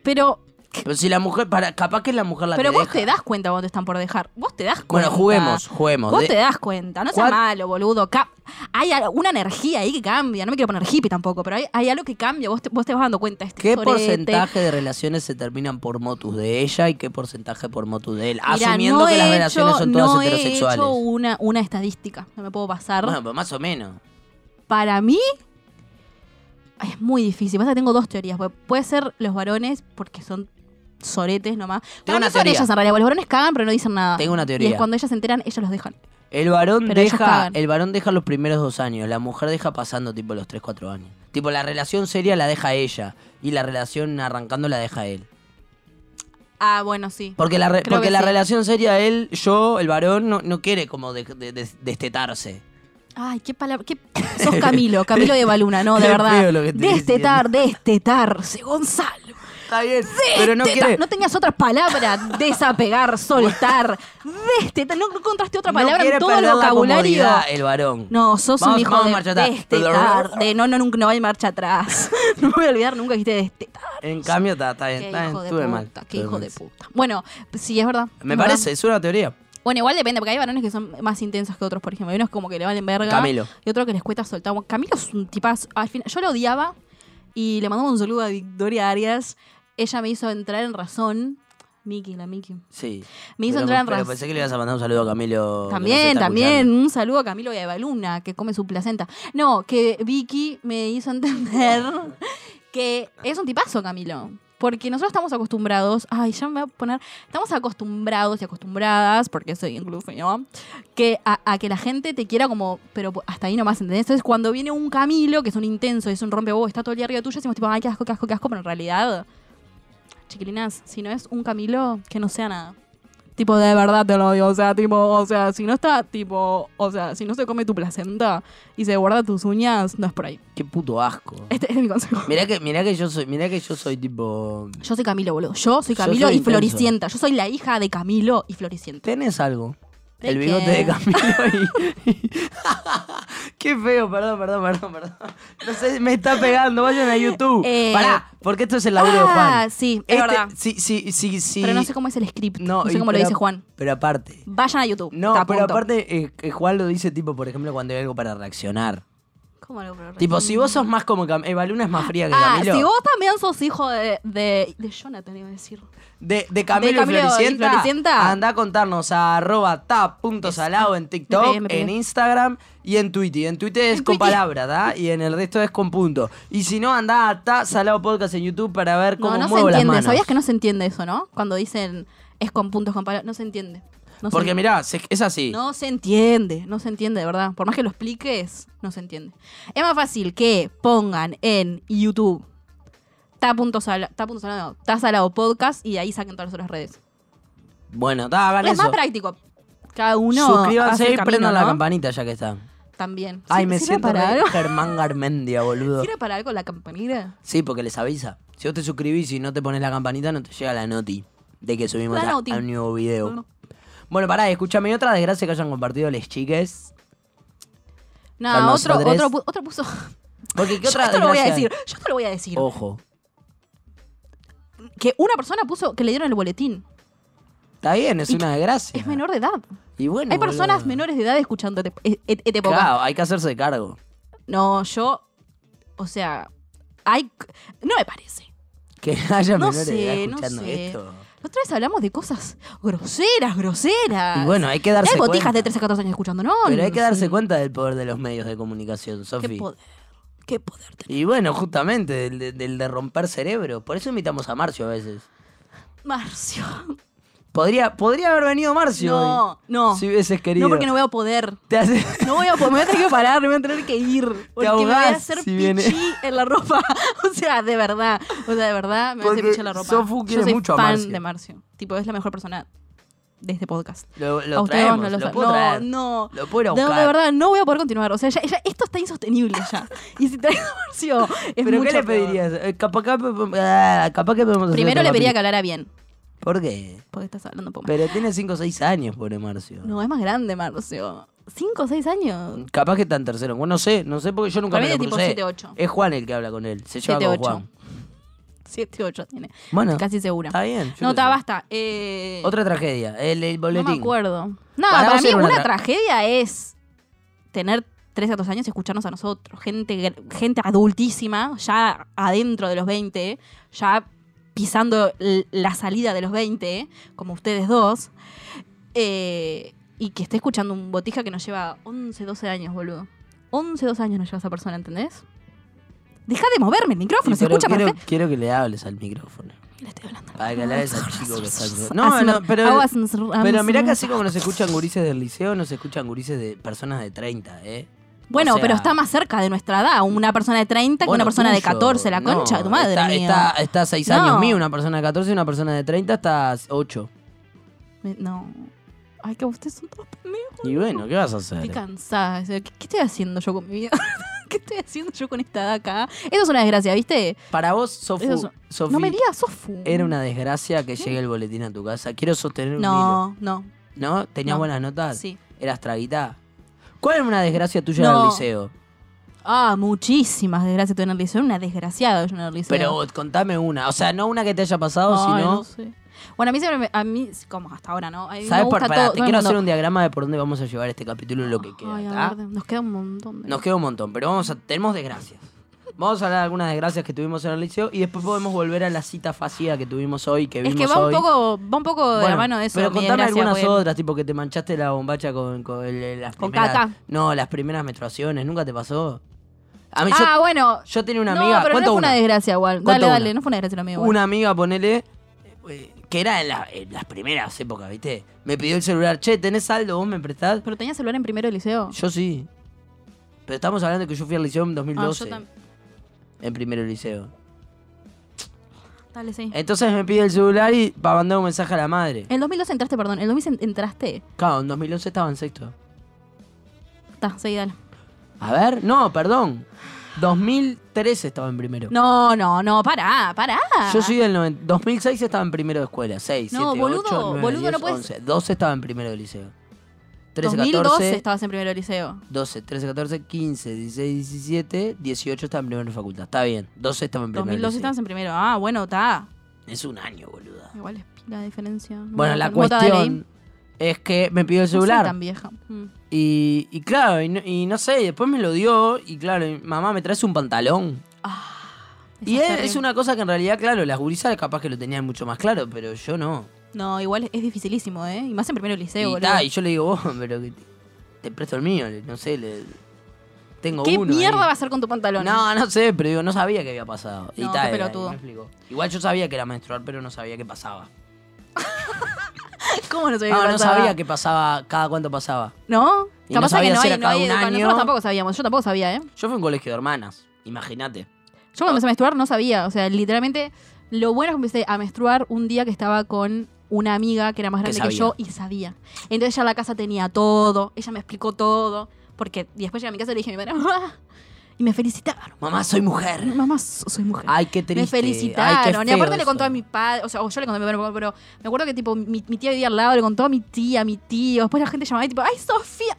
S3: Pero...
S4: Pero,
S3: si la mujer, para, capaz que es la mujer la
S4: pero
S3: que
S4: vos
S3: deja.
S4: te das cuenta cuando te están por dejar. Vos te das cuenta.
S3: Bueno, juguemos, juguemos.
S4: Vos
S3: De-
S4: te das cuenta, no seas
S3: ¿Cuál-
S4: malo, boludo. Ca- hay al- una energía ahí que cambia. No me quiero poner hippie tampoco, pero hay, hay algo que cambia. Vos te, vos te vas dando cuenta. Este
S3: ¿Qué
S4: sorete.
S3: porcentaje de relaciones se terminan por motus de ella y qué porcentaje por motus de él?
S4: Mirá,
S3: Asumiendo
S4: no
S3: que
S4: he
S3: las
S4: hecho-
S3: relaciones son todas
S4: no he
S3: heterosexuales.
S4: hecho una, una estadística, no me puedo pasar.
S3: Bueno, pues más o menos.
S4: Para mí ay, es muy difícil. Pasa que tengo dos teorías. porque Puede ser los varones, porque son soretes nomás. Para
S3: una
S4: mí son
S3: teoría.
S4: ellas en realidad. porque Los varones cagan, pero no dicen nada.
S3: Tengo una
S4: Y
S3: teoría.
S4: es cuando ellas se enteran, ellos los dejan.
S3: El varón
S4: Pero ellas
S3: deja,
S4: cagan.
S3: el varón deja los primeros dos años, la mujer deja pasando tipo los tres, cuatro años. Tipo la relación seria la deja ella y la relación arrancando la deja él.
S4: Ah, bueno, sí.
S3: Porque la, re-
S4: Creo
S3: porque
S4: que
S3: la
S4: sí.
S3: relación seria él, yo, el varón, no, no quiere como de- de- de- destetarse.
S4: Ay, qué palabra. Qué... Sos Camilo, Camilo de Baluna, no,
S3: <laughs>
S4: de este
S3: Qué
S4: verdad.
S3: feo lo que estoy
S4: Destetar, destetarse, Gonzalo.
S3: Está bien, pero no
S4: Desteta-
S3: quiere...
S4: No tenías otra palabra.
S3: <laughs>
S4: Desapegar, soltar, destetar. No no encontraste otra
S3: no
S4: palabra
S3: quiere
S4: en todo el
S3: perder la
S4: vocabulario.
S3: comodidad el varón.
S4: No, sos
S3: Vamos-
S4: un hijo
S3: vamos
S4: de
S3: marcha atrás.
S4: destetar, de no, no, nunca no hay marcha atrás. <laughs> no me voy a olvidar nunca que dijiste destetar.
S3: En cambio, está, está bien,
S4: Qué
S3: está bien,
S4: hijo de
S3: estuve
S4: puta,
S3: mal,
S4: qué
S3: estuve
S4: hijo
S3: mal.
S4: de puta. Bueno, sí, es verdad.
S3: Me
S4: es verdad.
S3: parece, es una teoría.
S4: Bueno, igual depende, porque hay varones que son más intensos que otros, por ejemplo. Hay unos como que le valen verga.
S3: Camilo.
S4: Y otro que les cuesta soltar. Bueno, Camilo es un tipazo. Al final, yo lo odiaba y le mandamos un saludo a Victoria Arias. Ella me hizo entrar en razón. Miki, la Miki.
S3: Sí.
S4: Me hizo
S3: Pero-
S4: entrar en
S3: pero
S4: razón.
S3: Pensé que le ibas a mandar un saludo a Camilo. que nos
S4: También,
S3: está
S4: también.
S3: escuchando.
S4: Un saludo a Camilo y a Eva Luna, que come su placenta. No, que Vicky me hizo entender
S3: <laughs>
S4: que es un tipazo, Camilo. Porque nosotros estamos acostumbrados, ay, ya me voy a poner, estamos acostumbrados y acostumbradas, porque soy incluso yo, que a, a que la gente te quiera como, pero hasta ahí nomás, ¿entendés? Entonces cuando viene un Camilo, que es un intenso, es un rompebobo, está todo el día arriba tuyo, decimos tipo, ay, qué asco, qué asco, qué asco, pero en realidad, chiquilinas, si no es un Camilo, que no sea nada. Tipo, de verdad te lo digo. O sea, tipo, o sea, si no está, tipo, o sea, si no se come tu placenta y se guarda tus uñas, no es por ahí. <laughs>
S3: Qué puto asco.
S4: Este es mi consejo.
S3: Mirá que, mirá que yo soy, mirá que yo soy tipo.
S4: Yo soy Camilo, boludo. Yo soy
S3: Yo
S4: Camilo
S3: soy
S4: y
S3: intenso.
S4: Floricienta. Yo soy la hija de Camilo y Floricienta.
S3: Tenés algo.
S4: ¿De
S3: el bigote de
S4: qué?
S3: Camilo y... y- <laughs> qué feo, perdón, perdón, perdón, perdón. No sé, me está pegando, vayan a YouTube.
S4: Eh,
S3: Pará, porque esto es el laburo de Juan. Este,
S4: ah, sí, es verdad.
S3: Sí, sí, sí, sí.
S4: Pero no sé cómo es el script.
S3: No,
S4: No, sé
S3: y
S4: cómo lo
S3: pero-
S4: dice Juan.
S3: Pero aparte.
S4: Vayan a YouTube.
S3: No,
S4: está a
S3: pero
S4: punto.
S3: aparte, eh, eh, Juan lo dice tipo, por ejemplo, cuando hay algo para reaccionar.
S4: ¿Cómo lo pero-
S3: Tipo, si vos sos más como Cam- Eva Luna es más fría que
S4: Mm. Ah,
S3: Camilo.
S4: si vos también sos hijo de, de, de Jonathan, iba a decir.
S3: De, de Camilo,
S4: de Camilo
S3: y
S4: y
S3: Floricienta,
S4: Floricienta.
S3: anda a contarnos a arroba tap.salado en TikTok,
S4: me pegué, me pegué.
S3: en Instagram y en Twitter. En Twitter es
S4: En
S3: con
S4: Twitter.
S3: palabra, ¿da? Y en el resto es con punto. Y si no, anda a Ta Salado Podcast en YouTube para ver cómo
S4: No, no se
S3: muevo las
S4: entiende.
S3: manos.
S4: ¿Sabías que no se entiende eso, no? Cuando dicen es con puntos, con palabras. No se entiende. No se
S3: Porque
S4: entiende.
S3: mirá, se- es así.
S4: No se entiende, no se entiende, de verdad. Por más que lo expliques, no se entiende. Es más fácil que pongan en YouTube ta punto sala- ta punto salado, no, ta salado podcast y de ahí saquen todas las otras redes.
S3: Bueno, ta, hagan
S4: es
S3: eso.
S4: más práctico. Cada uno. hace
S3: Suscríbanse
S4: el
S3: y
S4: camino,
S3: prendan la
S4: ¿no?
S3: campanita ya que está.
S4: También.
S3: Ay,
S4: ¿Sir-
S3: me
S4: sirve
S3: siento
S4: para
S3: re
S4: algo?
S3: Germán Garmendia, boludo.
S4: <laughs> ¿Sirve para algo la campanita?
S3: Sí, porque les avisa. Si vos te suscribís y no te pones la campanita, no te llega la noti de que subimos
S4: La
S3: a,
S4: noti.
S3: a un nuevo video. Bueno, pará, escúchame otra desgracia que hayan compartido les chiques. Con
S4: No, otro,
S3: nosotros.
S4: otro, pu- otro puso.
S3: Porque qué
S4: Yo
S3: otra Oh.
S4: esto lo voy a
S3: desgracia?
S4: decir. Yo esto lo voy a decir.
S3: Ojo.
S4: Que una persona puso que le dieron el boletín.
S3: Está bien, es
S4: Y
S3: una desgracia.
S4: Es menor de edad.
S3: Y bueno,
S4: Hay personas
S3: boludo.
S4: menores de edad escuchando este- e- e- este podcast.
S3: Claro, hay que hacerse cargo.
S4: No, yo. O sea. Hay. No me parece.
S3: Que haya
S4: No
S3: menores de edad
S4: sé, no
S3: escuchando
S4: sé.
S3: esto.
S4: La otra vez hablamos de cosas groseras, groseras.
S3: Y bueno, hay que darse
S4: Hay botijas
S3: cuenta.
S4: de 13 a 14 años escuchando, ¿no?
S3: Pero hay que darse
S4: Sí.
S3: cuenta del poder de los medios de comunicación,
S4: Qué
S3: Sofi.
S4: poder. Qué poder tenés.
S3: Y bueno, justamente, del, del- del de romper cerebro. Por eso invitamos a Marcio a veces.
S4: Marcio.
S3: Podría, podría haber venido Marcio.
S4: No,
S3: hoy,
S4: no.
S3: Si hubieses querido.
S4: No, porque no voy a poder.
S3: <laughs> Te hace-
S4: No voy a poder. Me voy a tener que parar, me voy a tener que ir. Porque me voy
S3: ahogás
S4: a hacer
S3: si viene.
S4: pichí en la ropa. <laughs> O sea, de verdad. O sea, de verdad, me voy a
S3: Porque
S4: hacer pichí en la ropa.
S3: Sofu quiere
S4: Yo soy
S3: mucho a
S4: fan
S3: Marcio.
S4: de Marcio. Tipo, es la mejor persona de este podcast.
S3: Lo,
S4: A
S3: lo
S4: ustedes
S3: traemos,
S4: no
S3: lo,
S4: lo sa-
S3: puedo
S4: no,
S3: traer.
S4: no.
S3: Lo puedo ir a
S4: No,
S3: buscar.
S4: de verdad, no voy a poder continuar. O sea, ya, ya- esto está insostenible ya. <laughs> Y si traes a Marcio, es
S3: ¿Pero
S4: mucho
S3: qué le
S4: peor.
S3: pedirías? Eh, capaz, que- ah, capaz que podemos hacer
S4: Primero
S3: otro
S4: le pediría que
S3: capítulo.
S4: hablara bien.
S3: ¿Por qué?
S4: Porque estás hablando un poco más.
S3: Pero tiene 5 o 6 años, pobre Marcio.
S4: No, es más grande, Marcio. ¿Cinco o seis años?
S3: Capaz que está en tercero. Bueno, no sé, no sé porque yo nunca
S4: Para
S3: me
S4: mí
S3: lo
S4: es tipo
S3: crucé.
S4: siete, ocho.
S3: Es Juan el que habla con él. Se lleva
S4: Siete,
S3: con
S4: ocho.
S3: Juan.
S4: Siete, ocho tiene.
S3: Bueno,
S4: Casi segura.
S3: está bien. yo
S4: No,
S3: qué sé.
S4: está, basta. Eh,
S3: Otra tragedia, el, el
S4: no
S3: boletín.
S4: me acuerdo. No,
S3: Para
S4: para,
S3: vos
S4: mí
S3: era
S4: una,
S3: una tra-
S4: tragedia es tener 13 a 2 años y escucharnos a nosotros. Gente, gr- gente adultísima, ya adentro de los 20, ya pisando l- la salida de los 20, como ustedes dos. eh, y que esté escuchando un botija que nos lleva 11, 12 años, boludo. 11, 12 años nos lleva esa persona, ¿entendés? Deja de moverme el
S3: Sí,
S4: micrófono, se
S3: pero
S4: escucha
S3: quiero,
S4: perfecto.
S3: quiero que le hables al micrófono.
S4: Le estoy hablando.
S3: Para que le hables al chico que está
S4: <laughs>
S3: al- No,
S4: Así
S3: no,
S4: me-
S3: pero.
S4: hago así-
S3: Pero mirá que así como nos escuchan gurises del liceo, nos escuchan gurises de personas de 30, ¿eh?
S4: Bueno,
S3: O sea,
S4: pero está más cerca de nuestra edad. Una persona de 30 que
S3: bueno,
S4: una persona de
S3: tuyo.
S4: 14, la
S3: No,
S4: concha de tu madre.
S3: Está,
S4: mío.
S3: está, está a 6
S4: No.
S3: años mío, una persona de 14 y una persona de 30 está a 8.
S4: Me- Eh, No. Ay, que ustedes son todos pendejos.
S3: Y bueno, ¿qué vas a hacer?
S4: Estoy cansada. O sea, eh. ¿Qué, qué estoy haciendo yo con mi vida? <laughs> ¿Qué estoy haciendo yo con esta edad acá? Eso es una desgracia, ¿viste?
S3: Para vos, Sofu,
S4: Eso
S3: Sofi,
S4: No me digas, Sofu.
S3: era una desgracia que llegue el boletín a tu casa. Quiero sostener un hilo.
S4: No, no.
S3: ¿No? ¿Tenías
S4: No.
S3: buenas notas?
S4: Sí.
S3: ¿Eras traguita? ¿Cuál era una desgracia tuya en el
S4: No.
S3: liceo?
S4: Ah, muchísimas desgracias tuve en el liceo. Era Una desgraciada yo en el liceo.
S3: Pero vos, contame una. O sea, no una que te haya pasado,
S4: Ay,
S3: sino.
S4: no sé. Bueno, a mí siempre me- a mí, como hasta ahora, ¿no? A mí Eh, me
S3: ¿Sabes por
S4: gusta
S3: pará,
S4: todo-
S3: Te
S4: todo el
S3: quiero
S4: mundo.
S3: hacer un diagrama de por dónde vamos a llevar este capítulo y lo que queda.
S4: Ay, a
S3: ¿tá?
S4: ver, nos queda un montón de
S3: Nos queda un montón, pero vamos a, tenemos desgracias. Vamos a hablar de algunas desgracias que tuvimos en el liceo y después podemos volver a la cita fácil que tuvimos hoy, que
S4: Es
S3: vimos
S4: que va un
S3: hoy.
S4: poco, va un poco de la
S3: Bueno,
S4: mano de eso.
S3: pero
S4: mi
S3: contame
S4: desgracia,
S3: algunas
S4: porque-
S3: otras, tipo que te manchaste la bombacha con, con el- eh, las
S4: Con
S3: primeras...
S4: caca.
S3: No, las primeras menstruaciones, ¿nunca te pasó? A mí
S4: Ah,
S3: yo,
S4: bueno.
S3: yo tenía una amiga...
S4: No, pero no
S3: ¿cuánto
S4: fue una
S3: una?
S4: desgracia igual. Dale,
S3: Cuenta
S4: dale,
S3: una.
S4: no fue una desgracia lo mío. igual.
S3: Una amiga, ponele, eh, que era en, la- en las primeras épocas, ¿viste? Me pidió el celular, che, ¿tenés saldo? ¿Vos me prestás?
S4: Pero tenía celular en primero de liceo.
S3: Yo sí. Pero estamos hablando de que yo fui al liceo en
S4: Ah,
S3: 2012,
S4: yo también.
S3: en primero de liceo.
S4: Dale, sí.
S3: Entonces me pide el celular y para mandar un mensaje a la madre.
S4: En 2012 entraste, perdón. En 2000 entraste.
S3: Claro, en 2011 estaba en sexto.
S4: Está, seguí, dale.
S3: A ver, no, perdón. 2013 estaba en primero.
S4: No, no, no, pará, pará.
S3: Yo soy del 90. 2006 estaba en primero de escuela. 6,
S4: No,
S3: 7,
S4: boludo,
S3: 8, 9,
S4: boludo,
S3: 10,
S4: no puedes-
S3: 11. 12 estaba en primero de liceo. 13,
S4: 2012
S3: 14,
S4: estabas en primero de liceo.
S3: 12, 13, 14, 15, 16, 17, 18 estaba en primero de facultad. Está bien, 12 estaba en primero.
S4: 2012
S3: liceo.
S4: estabas en primero. Ah, bueno, está.
S3: Es un año, boluda.
S4: Igual es pila de diferencia. No
S3: Bueno,
S4: me
S3: la
S4: acuerdo. ¿Cómo te da ley?
S3: cuestión es que me pidió el
S4: No soy
S3: celular.
S4: tan vieja. Mm.
S3: y, y claro, y no, y no sé, y después me lo dio y claro, y, mamá, me traes un pantalón.
S4: Ah,
S3: Y
S4: esa
S3: es, es
S4: terrible.
S3: una cosa que en realidad, claro, las gurisas capaz que lo tenían mucho más claro, pero yo no.
S4: No, igual es, es dificilísimo, ¿eh? Y más en primero de liceo,
S3: Y,
S4: boludo.
S3: ta, y yo le digo, <laughs> vos, pero que te, te presto el mío, le- no sé, le, tengo
S4: ¿Qué
S3: uno.
S4: mierda
S3: ahí.
S4: va a hacer con tu pantalón?
S3: No, no sé, pero digo, no sabía que había pasado. y
S4: No,
S3: ta,
S4: qué
S3: era-
S4: pelotudo.
S3: me explicó. Igual yo sabía que era menstrual, pero no sabía qué pasaba.
S4: ¿Cómo no sabía
S3: Ah,
S4: qué
S3: no
S4: pasaba?
S3: sabía qué pasaba, cada cuánto pasaba.
S4: ¿No?
S3: Y no
S4: Capaz
S3: sabía
S4: que no
S3: si
S4: hay,
S3: era
S4: no
S3: cada
S4: hay
S3: un
S4: educación.
S3: año.
S4: Nosotros tampoco sabíamos. Yo tampoco sabía, ¿eh?
S3: Yo fui a un colegio de hermanas, imagínate.
S4: Yo cuando empecé a menstruar no sabía. O sea, literalmente, lo bueno es que empecé a menstruar un día que estaba con una amiga que era más
S3: Que
S4: grande que,
S3: sabía.
S4: yo y sabía. Entonces ella en la casa tenía todo, ella me explicó todo. Porque y después llegué a mi casa y le dije a mi madre, mamá. <laughs> Y me felicitaron.
S3: Mamá, soy mujer.
S4: Mamá, so- soy mujer.
S3: Ay, qué triste.
S4: Me
S3: Ay, qué
S4: felicitaron. Y
S3: feo
S4: aparte le
S3: eso.
S4: contó a mi padre, o sea, o yo le conté a mi padre, pero me acuerdo que tipo mi, mi tía vivía al lado, le contó a mi tía, a mi tío. Después la gente llamaba y tipo, ¡ay, Sofía!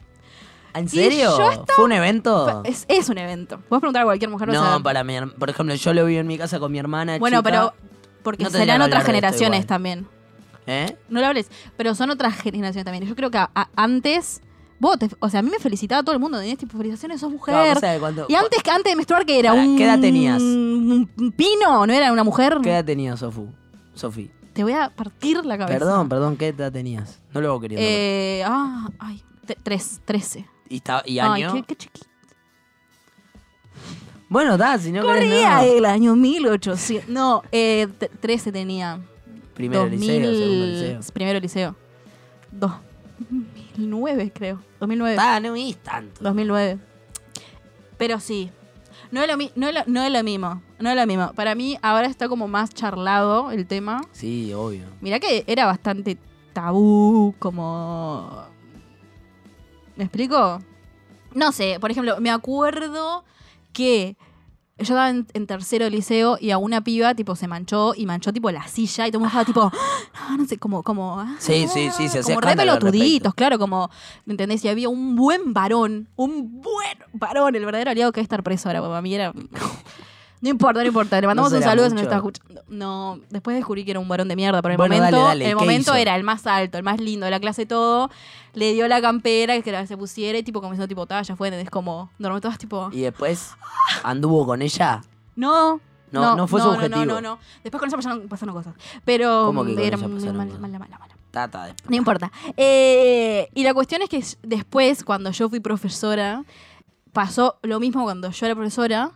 S3: ¿En
S4: Y
S3: serio?
S4: yo estaba-
S3: ¿Fue un evento?
S4: Es, es un evento. Puedes preguntar a cualquier mujer. vas a
S3: Oh. No,
S4: saber.
S3: para mi her- Por ejemplo, yo lo vi en mi casa con mi hermana.
S4: Bueno,
S3: chica.
S4: pero porque
S3: No tendría
S4: serán
S3: que
S4: otras
S3: hablar de esto
S4: generaciones
S3: igual.
S4: también.
S3: ¿Eh?
S4: No lo hables, pero son otras generaciones también. Yo creo que a- a- antes, vos, te- o sea, a mí me felicitaba todo el mundo. Tenías tipo, felicitaciones, sos mujer.
S3: Claro, vos sabés cuando-
S4: y antes, que antes de menstruar, que era
S3: Pará,
S4: un...
S3: ¿qué edad tenías?
S4: Un un pino, ¿no era una mujer?
S3: ¿Qué edad tenías, Sofu? Sofi.
S4: Te voy a partir la cabeza.
S3: Perdón, perdón, ¿qué edad tenías? No lo hago queriendo.
S4: Eh, ah, ay, te- tres, trece.
S3: ¿Y, esta- y
S4: Ay,
S3: año?
S4: qué, qué chiquito.
S3: Bueno, da, si no querés,
S4: Corría
S3: no.
S4: el año 1800. No, eh, te- trece tenía.
S3: Primero
S4: 2000,
S3: liceo, segundo liceo.
S4: Primero liceo. 2009, creo. 2009.
S3: Ah, no viste tanto.
S4: 2009. Pero sí. No es, lo, mi- no, es lo, no es lo mismo. No es lo mismo. Para mí ahora está como más charlado el tema.
S3: Sí, obvio.
S4: Mirá que era bastante tabú, como... ¿Me explico? No sé, por ejemplo, me acuerdo que yo estaba en, en tercero de liceo y a una piba tipo se manchó y manchó tipo la silla y todo el mundo estaba tipo, "Ah, <gasps> no, no sé, como, como... ah,
S3: Sí, sí, sí, se hacía
S4: Como re
S3: escándalo al
S4: pelotuditos,
S3: respecto.
S4: claro, como, ¿entendés? Y había un buen varón, un buen varón, el verdadero aliado que es estar preso ahora, para
S3: <laughs>
S4: mí era... No importa, no importa. Le mandamos un
S3: será
S4: saludo si nos
S3: mucho.
S4: está escuchando. No, después descubrí que era un varón de mierda, pero en el
S3: Bueno,
S4: momento,
S3: dale, dale,
S4: en el
S3: ¿qué
S4: momento
S3: hizo?
S4: era el más alto, el más lindo de la clase todo. Le dio la campera que era- se pusiera y tipo comenzó tipo, "Ta, ya fue, es como, normal todas tipo,
S3: Y
S4: <laughs>
S3: después anduvo con ella.
S4: no.
S3: No, no fue su objetivo.
S4: No, no, no. Después con ella pasaron, pasaron cosas. Pero
S3: ¿Cómo que con
S4: era
S3: ella
S4: muy
S3: pasaron
S4: mala,
S3: cosas?
S4: mala, mala, mala.
S3: Tata, después.
S4: No importa. Eh, y la cuestión es que s- después, cuando yo fui profesora, pasó lo mismo cuando yo era profesora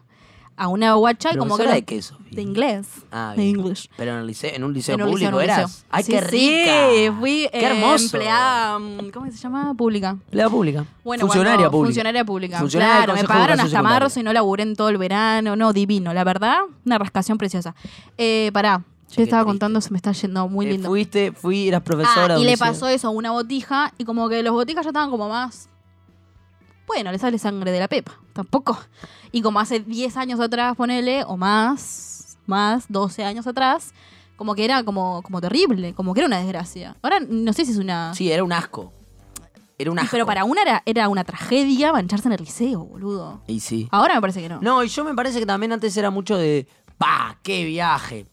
S4: a una guacha y como que
S3: ¿Profesora
S4: era
S3: de qué, Sofi?
S4: de inglés.
S3: Ah,
S4: de
S3: bien.
S4: English.
S3: Pero en, el liceo, en un liceo
S4: En un
S3: público
S4: liceo, en un
S3: eras.
S4: liceo.
S3: ¡Ay,
S4: Sí,
S3: qué
S4: Sí,
S3: rica!
S4: fui
S3: ¡Qué
S4: eh,
S3: hermoso!
S4: empleada, mm, ¿cómo se llama? Pública.
S3: Empleada pública.
S4: Bueno,
S3: funcionaria
S4: cuando-
S3: pública.
S4: Funcionaria pública.
S3: Funcionaria del
S4: claro, me
S3: Consejo de
S4: pagaron
S3: Educación
S4: hasta
S3: Secundaria.
S4: marzo y no laburé en todo el verano. No, divino, la verdad. Una rascación preciosa. Eh, pará,
S3: Che,
S4: te
S3: qué
S4: estaba
S3: triste.
S4: contando, se me está yendo muy
S3: Eh,
S4: lindo.
S3: fuiste, fui, eras
S4: Ah,
S3: profesora. de
S4: y
S3: un
S4: le
S3: liceo.
S4: pasó eso a una botija y como que los botijas ya estaban como más... Bueno, le sale sangre de la pepa, tampoco. Y como hace 10 años atrás, ponele, o más, más, 12 años atrás, como que era como, como terrible, como que era una desgracia. Ahora no sé si es una...
S3: Sí, era un asco. Era un
S4: Y
S3: asco.
S4: pero para una era, era una tragedia mancharse en el liceo, boludo.
S3: Y sí.
S4: Ahora me parece que no.
S3: No, y yo me parece que también antes era mucho de. ¡Pa! ¡Qué viaje!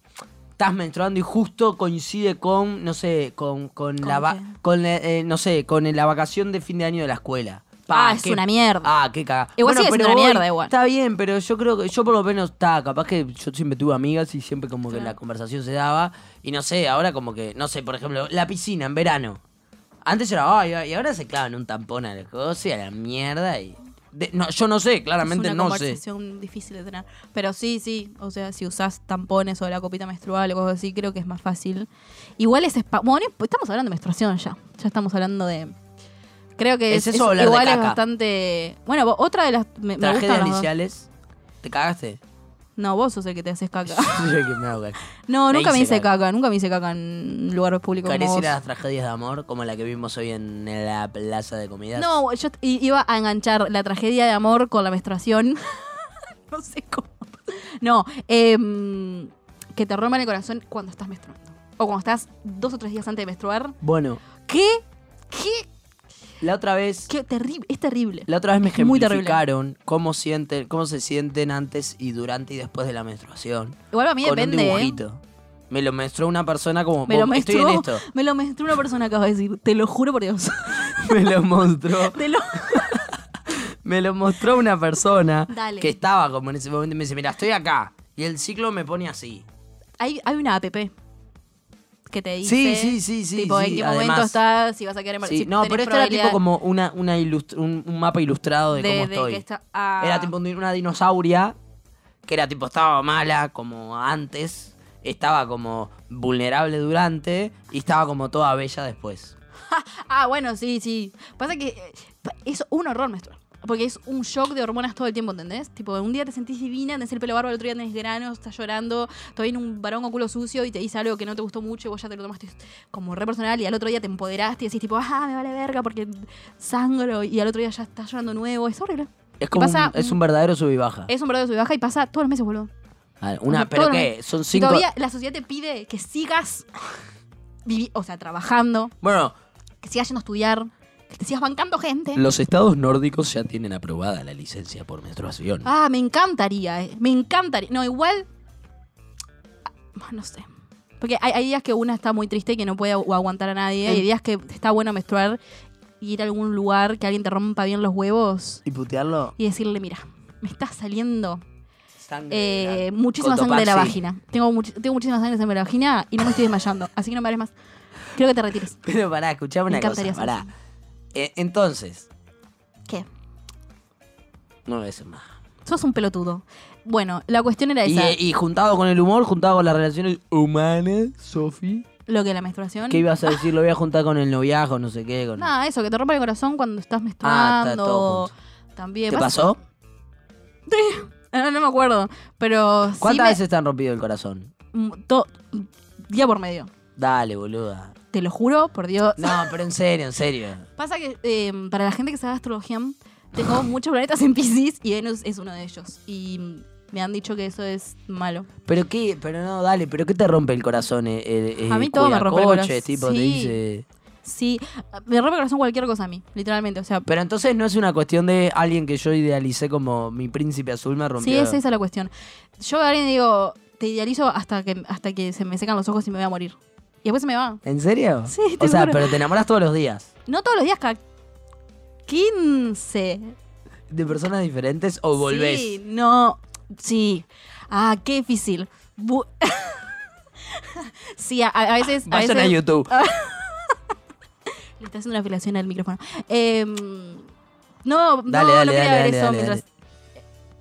S3: Estás menstruando y justo coincide con, no sé, con, con,
S4: ¿Con
S3: la va-
S4: qué?
S3: con la- eh, no sé, con la vacación de fin de año de la escuela.
S4: Ah, es una mierda.
S3: Ah, qué cagada.
S4: Igual sigue siendo una mierda, igual.
S3: Está bien, pero yo creo que yo por lo menos está, capaz que yo siempre tuve amigas y siempre como que la conversación se daba y no sé, ahora como que no sé, por ejemplo, la piscina en verano. Antes era, ay, ay", y ahora se clavan un tampón a la cosa y a la mierda y de- no, yo no sé, claramente
S4: es una
S3: no sé.
S4: conversación difícil de tener. Pero sí, sí. O sea, si usás tampones o la copita menstrual o cosas así, creo que es más fácil. Igual es... espa- Bueno, no imp- estamos hablando de menstruación ya. Ya estamos hablando de... Creo que
S3: ¿Es
S4: es,
S3: eso o hablar de
S4: igual es
S3: caca?
S4: bastante... Bueno, vo- otra de las... Me, me
S3: Tragedias
S4: gustan las dos.
S3: iniciales. ¿Te <laughs> cagaste?
S4: No, vos sos el que te
S3: <laughs>
S4: haces caca.
S3: Yo que me hago caca.
S4: No,
S3: Me
S4: nunca me
S3: hice
S4: hice
S3: caca.
S4: caca. Nunca me hice caca en lugares públicos como
S3: Careciera
S4: vos.
S3: las tragedias de amor como la que vimos hoy en la plaza de comidas.
S4: No, yo t- i- iba a enganchar la tragedia de amor con la menstruación. <laughs> no sé cómo. No, em, que te rompan el corazón cuando estás menstruando. O cuando estás dos o tres días antes de menstruar.
S3: Bueno,
S4: ¿Qué? ¿Qué?
S3: La otra vez.
S4: Qué terrible, es terrible.
S3: La otra vez me
S4: Es muy terrible.
S3: ejemplificaron cómo sienten, cómo se sienten antes y durante y después de la menstruación.
S4: Igual a mí
S3: con
S4: depende.
S3: un
S4: ¿eh?
S3: dibujito. Me lo menstruó una persona como
S4: Me lo
S3: "Vos, estoy en
S4: menstruó,
S3: esto.
S4: <laughs>
S3: <laughs>
S4: me lo menstruó una persona acaba de decir, te lo juro por Dios. <laughs>
S3: Me lo mostró.
S4: Te lo-
S3: Me lo mostró una persona
S4: Dale.
S3: que estaba como en ese momento y me dice, mira, estoy acá. Y el ciclo me pone así.
S4: Hay, hay una app que te dice
S3: Sí, sí, sí, sí,
S4: tipo en
S3: sí,
S4: qué
S3: además.
S4: momento estás, si vas a quedar embarazada.
S3: Sí, no, pero este era tipo como una, una ilust- un, un mapa ilustrado de, cómo estoy.
S4: ah.
S3: Era tipo un- una dinosauria que era tipo, estaba mala como antes, estaba como vulnerable durante y estaba como toda bella después.
S4: Ah, bueno, sí, sí. Pasa que eh, pa- es un horror menstrual. Porque es un shock de hormonas todo el tiempo, ¿entendés? Tipo, un día te sentís divina, tenés el pelo barba, el otro día tenés granos, estás llorando, te viene un varón con culo sucio y te dice algo que no te gustó mucho y vos ya te lo tomaste como re personal y al otro día te empoderaste y decís tipo, ah, me vale verga porque sangro y al otro día ya estás llorando nuevo. Es horrible.
S3: Es como
S4: pasa
S3: un, es
S4: un-
S3: un verdadero sub y baja.
S4: Es un verdadero sub y baja y pasa todos los meses, boludo.
S3: A ver, una,
S4: Como
S3: pero
S4: todos los
S3: qué,
S4: meses.
S3: son
S4: ¿eh? Y
S3: cinco.
S4: Todavía la sociedad te pide que sigas vivi- o sea, trabajando,
S3: Bueno,
S4: que sigas yendo a estudiar, que te sigas bancando gente.
S3: los estados nórdicos ya tienen aprobada la licencia por menstruación.
S4: Ah, me encantaría, eh. me encantaría. No, igual. Ah, No sé. Porque hay, hay días que una está muy triste y que no puede agu- aguantar a nadie.
S3: Eh.
S4: y Hay días que está bueno menstruar y ir a algún lugar que alguien te rompa bien los huevos
S3: Y putearlo.
S4: y decirle: Mira, me está saliendo
S3: Sangre
S4: eh,
S3: de la-
S4: muchísima sangre de la
S3: Cotopaxi.
S4: vagina. Tengo, much- tengo muchísima sangre de la vagina y no me estoy desmayando. Así que no me hables más. Creo que te retires.
S3: <laughs> Pero pará, escuchame
S4: Me
S3: una cosa.
S4: encantaría ser
S3: Pará. Eh, entonces,
S4: ¿Qué?
S3: no es más.
S4: Sos un pelotudo. Bueno, la cuestión era
S3: Y, e,
S4: esa.
S3: y juntado con el humor, juntado con las relaciones humanas, Sofi.
S4: lo que la menstruación.
S3: ¿Qué ibas a decir? Lo voy a juntar con el noviazgo, no sé qué. Con...
S4: Nada, eso, que te rompa el corazón cuando estás
S3: Ah, está todo
S4: menstruando.
S3: junto.
S4: También.
S3: ¿Te
S4: Pasa-
S3: pasó?
S4: <laughs> No, no me acuerdo. Pero sí
S3: ¿Cuántas
S4: me-
S3: veces te han rompido el corazón?
S4: Mm, to- Día por medio.
S3: Dale, boluda.
S4: Te lo juro, por Dios.
S3: No, pero en serio, en serio.
S4: Pasa que eh, para la gente que sabe astrología, tengo muchos planetas en Pisces y Venus es uno de ellos. Y mm, me han dicho que eso es malo.
S3: Pero qué, pero no, dale, pero qué te rompe el corazón. Eh, eh, eh,
S4: A mí todo me rompe el
S3: cuidacoches,
S4: corazón,
S3: tipo, te
S4: sí.
S3: dice.
S4: Sí, me rompe el corazón cualquier cosa a mí, literalmente. O sea,
S3: Pero entonces no es una cuestión de alguien que yo idealicé como mi príncipe azul me rompió.
S4: Sí, es esa la cuestión. Yo a alguien digo, te idealizo hasta que, hasta que se me secan los ojos y me voy a morir. Y después se me va.
S3: ¿En serio?
S4: Sí, te
S3: O sea,
S4: juro.
S3: pero te enamoras todos los días.
S4: No todos los días, cada 15.
S3: ¿De personas diferentes o volvés?
S4: Sí, no. Sí. Ah, qué difícil. Bu- <laughs> sí, a, a veces. A
S3: Vayan a,
S4: veces- Ah,
S3: YouTube.
S4: Le está haciendo una filación al micrófono. Em,
S3: Dale,
S4: no, no,
S3: dale,
S4: no quería
S3: dale,
S4: ver
S3: dale,
S4: eso
S3: dale,
S4: mientras.
S3: dale.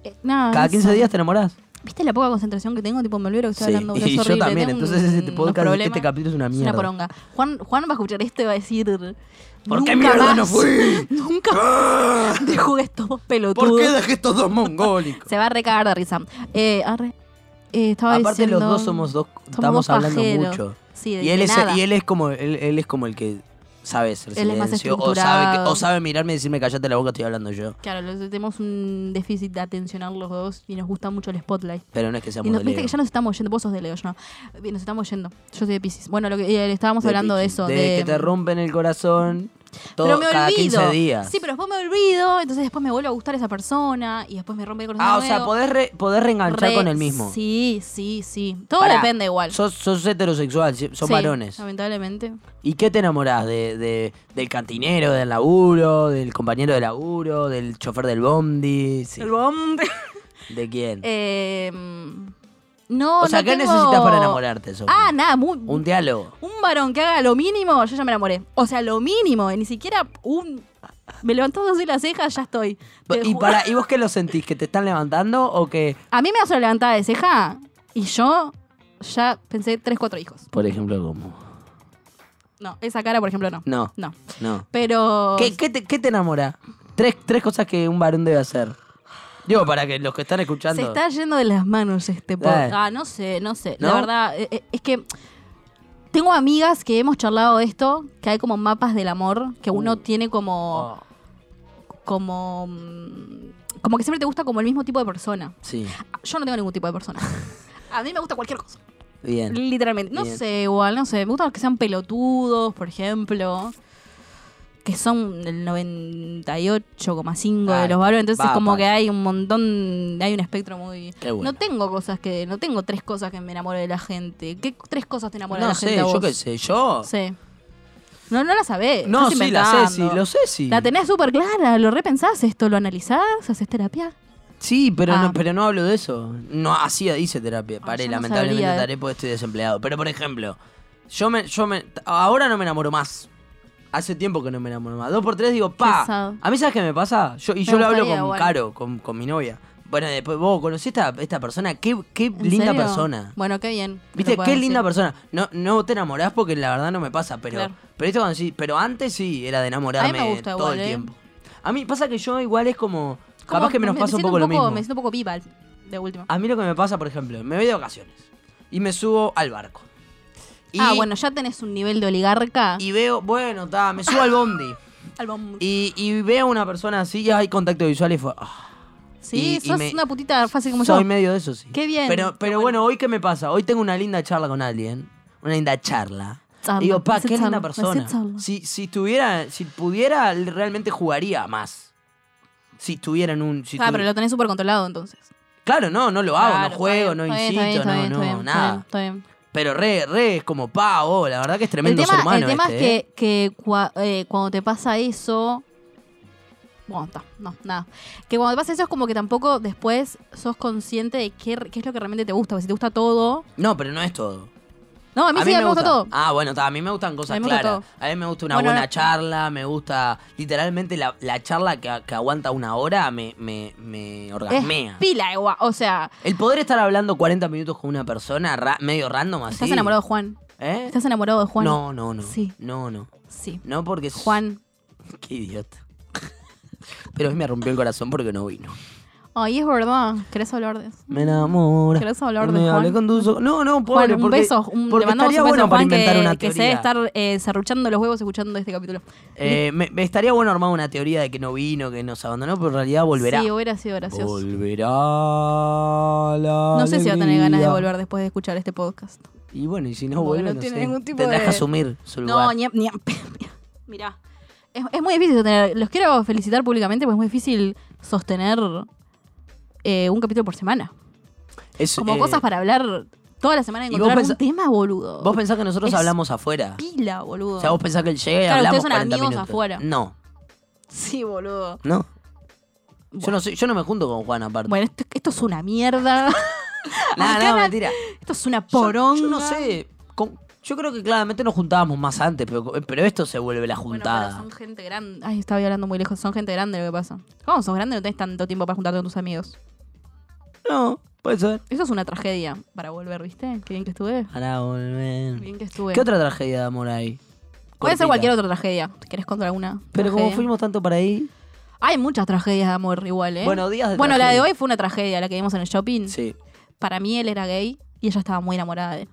S4: Eh, nada,
S3: ¿Cada
S4: eso.
S3: 15 días te enamoras?
S4: ¿Viste la poca concentración que tengo? Tipo, me olvido que estoy
S3: Sí.
S4: hablando. boludo,
S3: <laughs>
S4: es
S3: Y yo
S4: horrible,
S3: también.
S4: tengo
S3: Entonces este
S4: unos
S3: podcast, este
S4: problemas.
S3: capítulo es una
S4: Es
S3: mierda.
S4: una poronga. Juan, Juan va a escuchar esto y va a decir.
S3: ¿Por qué
S4: "Nunca
S3: mierda
S4: más,
S3: no fui?
S4: <laughs>
S3: Ah.
S4: Nunca <laughs> más te jugué estos dos pelotudos.
S3: ¿Por qué dejé estos dos mongólicos?
S4: Se va a recagar de risa. Eh, arre. Eh, estaba
S3: Aparte
S4: diciendo-
S3: los dos somos dos,
S4: somos
S3: estamos
S4: dos
S3: hablando
S4: pajeros.
S3: mucho.
S4: <laughs> Sí, de,
S3: Y él,
S4: de
S3: es,
S4: nada.
S3: y él es como él, él es como el que sabe ser
S4: Él es más
S3: silencio o sabe, que-
S4: estructurado.
S3: o sabe mirarme y decirme callate la boca estoy hablando yo.
S4: Claro, los- tenemos un déficit de atencionar los dos y nos gusta mucho el spotlight.
S3: Pero no es que
S4: Y
S3: seamos
S4: nos,
S3: de
S4: viste
S3: Leo.
S4: que ya nos estamos yendo. Vos sos de Leo, yo no. Bien, Nos estamos yendo. Yo soy de Pisces. Bueno, lo que eh, estábamos
S3: De
S4: hablando de
S3: Pichi.
S4: eso.
S3: De,
S4: de- mm.
S3: que te rompen el corazón todo,
S4: pero me
S3: cada
S4: olvido.
S3: 15 días.
S4: Sí, pero después me olvido. Entonces después me vuelvo a gustar esa persona y después me rompe el corazón.
S3: ah, o
S4: de
S3: sea,
S4: nuevo.
S3: podés, re- podés reenganchar
S4: Re-
S3: con el mismo.
S4: Sí, sí, sí. Todo
S3: Pará,
S4: depende igual.
S3: Sos, sos heterosexual, si- son
S4: Sí,
S3: varones.
S4: Lamentablemente.
S3: ¿Y qué te enamorás? De, de- del cantinero, del laburo, del compañero de laburo, del chofer del bondi? Sí. ¿De quién?
S4: Eh, no,
S3: o sea,
S4: no
S3: ¿qué
S4: tengo-
S3: necesitas para enamorarte? Sofi?
S4: Ah, nada, muy-
S3: Un diálogo.
S4: un varón que haga lo mínimo, yo ya me enamoré. O sea, lo mínimo, ni siquiera un... Me levantó dos de las cejas, ya estoy. Te
S3: ¿Y,
S4: ju-
S3: para, ¿Y vos qué lo sentís? ¿Que te están levantando o que...?
S4: A mí me hace una levantada de ceja y yo ya pensé tres, cuatro hijos.
S3: Por ejemplo, como...
S4: No, esa cara, por ejemplo, no.
S3: No,
S4: No.
S3: no.
S4: Pero...
S3: ¿Qué, qué te, qué te enamora? Tres, tres cosas que un varón debe hacer. Digo, para que los que están escuchando...
S4: Se está yendo de las manos este
S3: Dale.
S4: podcast. Ah, no sé, no sé.
S3: Eh. ¿No?
S4: La verdad, eh, eh, es que tengo amigas que hemos charlado de esto, que hay como mapas del amor, que uno
S3: Uh.
S4: tiene como.
S3: Oh,
S4: como. mm, como que siempre te gusta como el mismo tipo de persona.
S3: sí,
S4: Yo no tengo ningún tipo
S3: <laughs>
S4: de persona. A mí me gusta cualquier cosa.
S3: bien.
S4: Literalmente. No
S3: Bien.
S4: sé, igual, no sé. Me gustan los que sean pelotudos, por ejemplo. que son del 98,5
S3: Ah,
S4: de los varones, entonces
S3: va,
S4: como
S3: pa.
S4: que hay un montón, hay un espectro muy...
S3: Qué bueno.
S4: No tengo cosas que, no tengo tres cosas que me enamore de la gente. ¿Qué tres cosas te enamora de
S3: no
S4: la
S3: sé,
S4: gente a
S3: yo
S4: vos?
S3: qué sé, yo.
S4: Sí. No, no la sabés.
S3: No,
S4: estás
S3: sí, la sé, sí,
S4: inventando.
S3: lo sé, sí.
S4: La tenés súper clara, lo repensás esto, lo analizás, haces terapia.
S3: Sí, pero,
S4: Ah.
S3: no, pero no hablo de eso. No, hacía, hice terapia. Paré,
S4: yo no
S3: lamentablemente
S4: sabría, eh.
S3: paré porque estoy desempleado. Pero por ejemplo, yo me, yo me. Ahora no me enamoro más. Hace tiempo que no me enamoro más. Dos por tres digo, pa.
S4: sad.
S3: A mí, ¿sabes qué me pasa? Yo, y yo lo hablo
S4: gustaría
S3: con
S4: igual.
S3: Caro, con, con mi novia. Bueno, después vos conocí esta, esta persona. Qué, qué
S4: ¿En
S3: linda
S4: serio?
S3: persona.
S4: Bueno, qué bien. que
S3: Viste,
S4: lo puedas
S3: qué linda
S4: decir.
S3: persona. No, no te enamorás porque la verdad no me pasa, pero.
S4: Claro.
S3: Pero esto cuando sí. Pero antes sí, era de enamorarme
S4: A mí me gusta
S3: todo
S4: igual,
S3: el
S4: ¿eh?
S3: tiempo. A mí pasa que yo igual es como.
S4: Como
S3: capaz que me nos
S4: me
S3: pasa un
S4: siento
S3: poco, lo mismo. Ah,
S4: Me siento un poco viva, de última.
S3: A mí lo que me pasa, por ejemplo, me voy de vacaciones y me subo al barco. Y,
S4: ah, bueno, ya tenés un nivel de oligarca.
S3: Y veo, bueno, está, me subo al bondi.
S4: Album.
S3: Y, y veo a una persona así y hay contacto visual y fue. ah, y-
S4: sí,
S3: y
S4: sos
S3: me-
S4: una putita fácil como
S3: soy
S4: yo.
S3: medio de eso, sí.
S4: Qué bien,
S3: Pero,
S4: qué
S3: pero
S4: bueno.
S3: bueno, hoy qué me pasa? Hoy tengo una linda charla con alguien. Una linda charla.
S4: Charla,
S3: Y digo, pa,
S4: hace
S3: qué linda
S4: charla,
S3: persona.
S4: hace charla.
S3: Si, si tuviera, si pudiera, realmente jugaría más. Si estuviera en un. si
S4: ah,
S3: tuvi-
S4: pero lo tenés súper controlado entonces.
S3: Claro, no, no lo hago,
S4: Claro,
S3: no
S4: está
S3: juego,
S4: bien,
S3: no
S4: está bien,
S3: insisto,
S4: está bien, está
S3: no,
S4: bien,
S3: no,
S4: está bien,
S3: nada.
S4: está bien, está bien.
S3: Pero re, re, es como pa, oh, la verdad que es tremendo
S4: el tema,
S3: ser humano
S4: el tema
S3: este, ¿eh?
S4: es que, que cua- eh, cuando te pasa eso. Bueno, está, no, nada. Que cuando te pasa eso es como que tampoco después sos consciente de qué, qué es lo que realmente te gusta. Porque si te gusta todo.
S3: No, pero no es todo.
S4: No, a mí sí me, gusta todo.
S3: Ah, bueno, ta, a mí me gustan
S4: A
S3: cosas
S4: mí me gusta
S3: claras. A mí me gusta una
S4: Bueno,
S3: buena
S4: no-
S3: charla, me gusta literalmente la, la charla que, que aguanta una hora me, me, me
S4: Es
S3: orgasmea.
S4: pila igual. O sea,
S3: El poder estar hablando 40 minutos con una persona ra- medio random así.
S4: estás enamorado de Juan.
S3: ¿Eh?
S4: Estás enamorado de Juan.
S3: No, no, no.
S4: Sí.
S3: No, no.
S4: Sí.
S3: No porque...
S4: Juan.
S3: <laughs> Qué idiota. Pero hoy me rompió el corazón porque no vino.
S4: Ay, es verdad. ¿Querés hablar de eso?
S3: Me enamora.
S4: Mm. ¿Querés hablar de
S3: Me hablé
S4: Juan?
S3: con tus ojos. No, no,
S4: Juan,
S3: pobre.
S4: un
S3: porque,
S4: beso. Un,
S3: porque
S4: le mandamos
S3: estaría
S4: un beso
S3: bueno
S4: a
S3: para
S4: Juan
S3: inventar
S4: que,
S3: una
S4: que
S3: teoría.
S4: se debe estar eh, serruchando los huevos escuchando este capítulo.
S3: Eh, me, me estaría bueno armar una teoría de que no vino, que nos abandonó, pero en realidad volverá.
S4: Sí, hubiera sido gracioso.
S3: Volverá la
S4: No sé si va a tener
S3: alegría.
S4: ganas de volver después de escuchar este podcast.
S3: Y bueno, y si no
S4: Como que
S3: vuelve,
S4: no
S3: no,
S4: tiene
S3: sé.
S4: ningún tipo
S3: Tendrás
S4: de-
S3: que asumir su
S4: No,
S3: lugar.
S4: ni, a- ni a- <laughs> Mirá. Es, es muy difícil sostener. Los quiero felicitar públicamente porque es muy difícil sostener eh, un capítulo por semana.
S3: Es,
S4: Como
S3: eh,
S4: cosas para hablar toda la semana
S3: y
S4: y
S3: vos
S4: encontrar
S3: pensá-
S4: un tema, boludo.
S3: Vos pensás que nosotros
S4: Es-
S3: hablamos afuera.
S4: Pila, boludo.
S3: O sea, vos pensás que él llega y
S4: Claro,
S3: hablamos
S4: ustedes son
S3: 40
S4: amigos
S3: minutos.
S4: afuera.
S3: No,
S4: Sí, boludo.
S3: no. Yo
S4: Bueno.
S3: no, soy- yo no me junto con Juan aparte.
S4: Bueno, esto, esto es
S3: <laughs>
S4: una mierda.
S3: Nada,
S4: acá
S3: no,
S4: na-
S3: mentira.
S4: Esto es una
S3: Yo-
S4: poronga.
S3: Yo, no sé. con- yo creo que claramente nos juntábamos más antes, pero, pero esto se vuelve la
S4: Bueno, pero
S3: juntada.
S4: son gente grande. Ay, estaba hablando muy lejos. Son gente grande lo que pasa. ¿Cómo sos grande? No tenés tanto tiempo para juntarte con tus amigos.
S3: No, puede ser.
S4: Eso es una tragedia para volver, ¿viste? Qué bien que estuve.
S3: Para
S4: Qué
S3: volver.
S4: bien que estuve.
S3: ¿Qué otra tragedia de amor hay?
S4: Puede
S3: Cortita.
S4: ser cualquier otra tragedia. ¿Querés contar alguna?
S3: Pero como
S4: tragedia?
S3: fuimos tanto para ahí.
S4: Hay muchas tragedias de amor igual, ¿eh?
S3: Bueno, días de
S4: Bueno, la de
S3: tragedia.
S4: hoy fue una tragedia, la que vimos en el shopping.
S3: Sí.
S4: Para mí él era gay y ella estaba muy enamorada de él.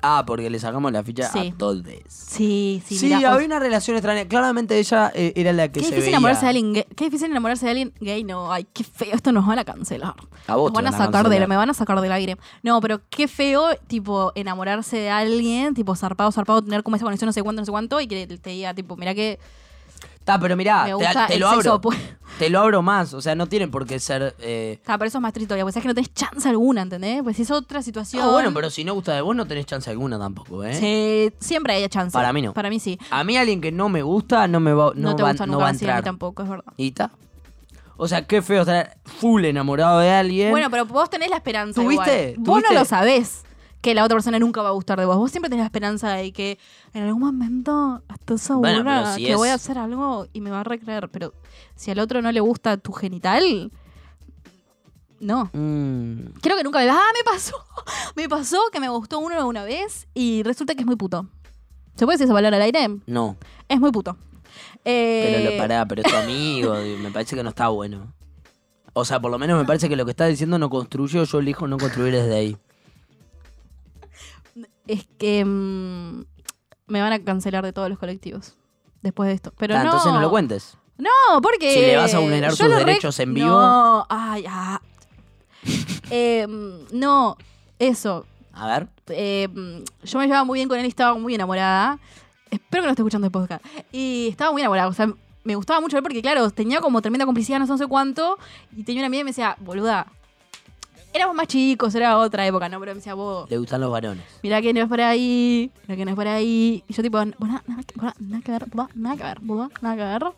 S3: Ah, porque le sacamos la ficha
S4: Sí.
S3: a todos.
S4: Sí, sí,
S3: Sí,
S4: mirá, o-
S3: había una relación extraña. Claramente ella eh, era la que
S4: Qué
S3: se
S4: difícil
S3: veía.
S4: enamorarse de alguien gay. Qué difícil enamorarse de alguien gay, no. Ay, qué feo. Esto nos van a cancelar.
S3: A vos
S4: Nos
S3: te
S4: van a
S3: a
S4: sacar del,
S3: cancelar.
S4: me van a sacar del aire. No, pero qué feo, tipo, enamorarse de alguien, tipo, zarpado, zarpado, tener como esa conexión, no sé cuánto, no sé cuánto, y que te diga, tipo, mira que
S3: Ta, pero mirá,
S4: me
S3: te-
S4: gusta
S3: te,
S4: el
S3: lo
S4: sexo
S3: abro.
S4: opuesto.
S3: Te lo abro más. O sea, no tienen por qué ser. eh,
S4: Ah, pero eso es más triste todavía, porque sabes que no tenés chance alguna, ¿entendés? Pues es otra situación.
S3: Ah, bueno, pero si no gusta de vos, no tenés chance alguna tampoco, ¿eh?
S4: Sí, siempre hay chance.
S3: Para mí no.
S4: Para mí sí.
S3: A mí alguien que no me gusta no me va,
S4: No,
S3: no
S4: te
S3: va,
S4: gusta
S3: no
S4: nunca
S3: va a
S4: así, a mí
S3: entrar.
S4: tampoco, es verdad.
S3: ¿Y ta? O sea, qué feo estar full enamorado de alguien.
S4: Bueno, pero vos tenés la esperanza.
S3: ¿Tuviste?
S4: igual. Vos no
S3: ¿Tuviste?
S4: lo sabés que la otra persona nunca va a gustar de vos. Vos siempre tenés la esperanza de que en algún momento estás
S3: Bueno,
S4: segura
S3: pero si
S4: que
S3: es-
S4: voy a hacer algo y me va a recreer. Pero si al otro no le gusta tu genital, no.
S3: Mm.
S4: Creo que nunca me. ¡Ah, me pasó! <laughs> Me pasó que me gustó uno una vez y resulta que es muy puto. ¿Se puede decir esa palabra al aire?
S3: No,
S4: Es muy puto.
S3: pero
S4: Eh,
S3: lo pará, pero es tu amigo, <laughs> y me parece que no está bueno. O sea, por lo menos me parece que lo que está diciendo no construyó, yo elijo no construir desde ahí.
S4: es que mm, me van a cancelar de todos los colectivos después de esto. Pero
S3: Ta, Ah,
S4: no,
S3: Entonces no lo cuentes.
S4: No, porque
S3: Si le vas a vulnerar
S4: yo
S3: sus
S4: lo re-
S3: derechos en vivo.
S4: No, ay, ah. <laughs> Em, no, eso. Eh,
S3: A ver.
S4: Em, yo me llevaba muy bien con él y estaba muy enamorada. Espero que no esté escuchando el podcast. Y estaba muy enamorada. O sea, me gustaba mucho él porque, claro, tenía como tremenda complicidad, no sé, no sé cuánto. Y tenía una amiga y me decía, boluda, éramos más chicos, era otra época, ¿no? Pero me decía, vos,
S3: Le gustan los varones.
S4: mirá que no es por ahí, mirá que no es por ahí. Y yo, tipo, "Vos nada, nada, que- vos nada que ver, vos nada que ver, vos nada que ver.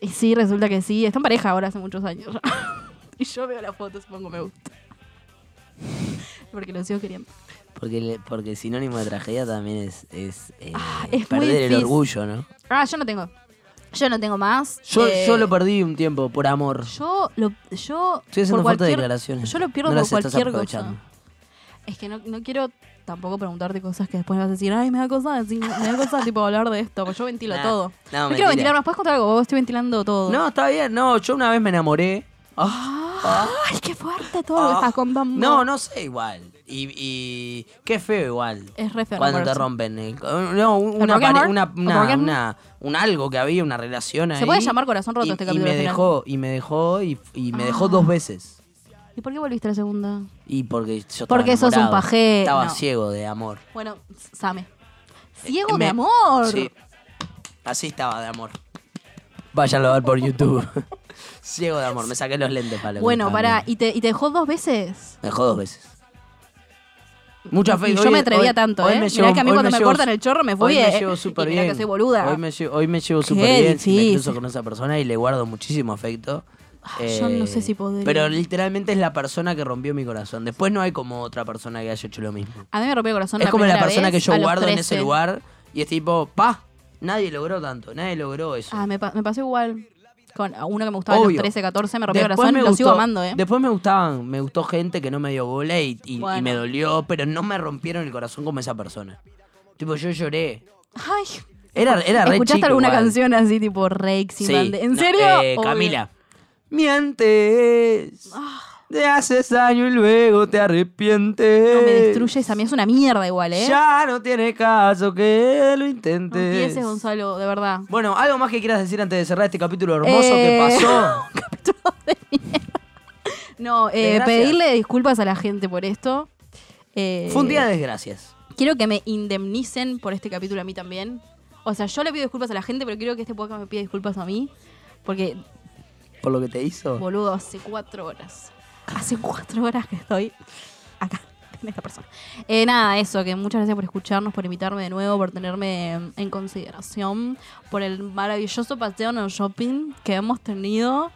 S4: Y sí, resulta que sí. Está en pareja ahora hace muchos años. <laughs> y yo veo las fotos y pongo me gusta. Porque lo sigo queriendo.
S3: Porque, le- porque sinónimo de tragedia también es, es, eh,
S4: Ah, es muy
S3: perder el
S4: difícil.
S3: orgullo, ¿no?
S4: Ah, yo no tengo. Yo no tengo más.
S3: Yo,
S4: Eh,
S3: yo lo perdí un tiempo por amor.
S4: Yo lo. Yo.
S3: Estoy haciendo
S4: por
S3: fuertes
S4: cualquier-
S3: declaraciones.
S4: Yo lo pierdo
S3: No
S4: por
S3: las estás
S4: cualquier cosa.
S3: aprovechando.
S4: Es que no, no quiero tampoco preguntarte cosas que después me vas a decir, ay, me da cosas, me da cosas tipo hablar de esto, porque yo ventilo
S3: Nah,
S4: todo.
S3: no,
S4: No,
S3: mentira.
S4: quiero ventilar más, puedes contar algo, vos estoy ventilando todo.
S3: No, está bien. No, yo una vez me enamoré. Ah,
S4: Ay, qué fuerte todo lo que
S3: ah.
S4: estás contando.
S3: No, no sé igual. Y, y qué feo igual.
S4: Es re feo
S3: Cuando te
S4: enamorarse.
S3: rompen. el- no, un-
S4: ¿El
S3: una,
S4: broken
S3: pare-
S4: heart?
S3: una,
S4: ¿El
S3: una-
S4: broken
S3: una- un algo que había, una relación ahí.
S4: Se puede llamar corazón roto
S3: y,
S4: este
S3: y
S4: capítulo
S3: me
S4: final.
S3: dejó, y me dejó, y, y me dejó
S4: Ah.
S3: dos veces.
S4: ¿Y por qué volviste a la segunda?
S3: Y porque yo estaba
S4: Porque sos un
S3: enamorado.
S4: pajero.
S3: Estaba
S4: No.
S3: ciego de amor.
S4: Bueno, Same. Ciego
S3: Eh, Me-
S4: de amor.
S3: Sí. Así estaba de amor. Váyanlo a ver por YouTube. <laughs> Ciego de amor. Me saqué los lentes para lo que
S4: Bueno,
S3: estaba
S4: pará,
S3: viendo.
S4: ¿y te, y te dejó dos veces?
S3: Me dejó dos veces. Muchas
S4: Y
S3: veces.
S4: yo me atrevía tanto, ¿eh? Mirá que a mí cuando me cortan el chorro me fui,
S3: Hoy me
S4: eh,
S3: llevo súper
S4: <laughs> y mirá
S3: bien.
S4: que soy boluda.
S3: Hoy me llevo, hoy me llevo
S4: Qué
S3: súper bien. si Me
S4: difícil. Ah,
S3: cruzo con esa persona y le guardo muchísimo afecto. eh,
S4: yo no sé si podría.
S3: Pero literalmente es la persona que rompió mi corazón. Después no hay como otra persona que haya hecho lo mismo.
S4: A mí me rompió el corazón.
S3: Es como la
S4: primera
S3: persona que
S4: vez,
S3: yo
S4: a los
S3: guardo en
S4: 13.
S3: ese lugar y es tipo, pa, nadie logró tanto, nadie logró eso.
S4: Ah, me, pa- me pasó igual. Con a uno que me gustaba a los
S3: Obvio.
S4: 13, 14, me rompió el
S3: Después
S4: corazón y
S3: me
S4: lo sigo
S3: gustó-
S4: amando, ¿eh?
S3: Después me gustaban, me gustó gente que no me dio bola y, y- y
S4: Bueno.
S3: me dolió, pero no me rompieron el corazón como esa persona. Tipo, yo lloré.
S4: Ay,
S3: Era, era re
S4: ¿escuchaste
S3: chico
S4: alguna
S3: igual.
S4: canción así tipo Reik sin
S3: Sí.
S4: bande- ¿En
S3: No,
S4: serio?
S3: eh,
S4: Obvio. Ah.
S3: Camila. Mientes. Te haces daño y luego te arrepientes.
S4: No me destruyes, a mí es una mierda igual, ¿eh?
S3: Ya no tiene caso que lo
S4: No
S3: intentes.
S4: empieces, Gonzalo, de verdad.
S3: Bueno, ¿algo más que quieras decir antes de cerrar este capítulo hermoso que
S4: Eh,
S3: pasó?
S4: No, eh,
S3: Desgracias.
S4: pedirle disculpas a la gente por esto. Eh,
S3: Fue un día de desgracias.
S4: Quiero que me indemnicen por este capítulo a mí también. O sea, yo le pido disculpas a la gente, pero quiero que este podcast me pida disculpas a mí. Porque,
S3: Por lo que te hizo.
S4: boludo, hace cuatro horas. Hace cuatro horas que estoy acá, en esta persona. Eh, nada, eso, que muchas gracias por escucharnos, por invitarme de nuevo, por tenerme en consideración, por el maravilloso paseo en el shopping que hemos tenido.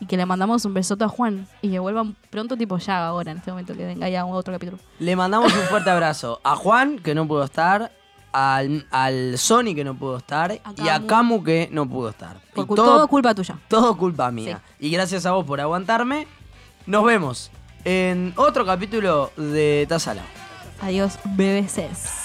S4: Y que le mandamos un besoto a Juan. Y que vuelvan pronto, tipo ya, ahora, en este momento, que venga ya otro capítulo.
S3: Le mandamos un fuerte abrazo a Juan, que no pudo estar, al, al Sony, que no pudo estar, y a
S4: Camu.
S3: Camu, que no pudo estar. Y
S4: Por cu- todo culpa tuya.
S3: <laughs> todo culpa mía. Y gracias a vos por aguantarme. Nos vemos en otro capítulo de Tazala.
S4: Adiós, BBCs.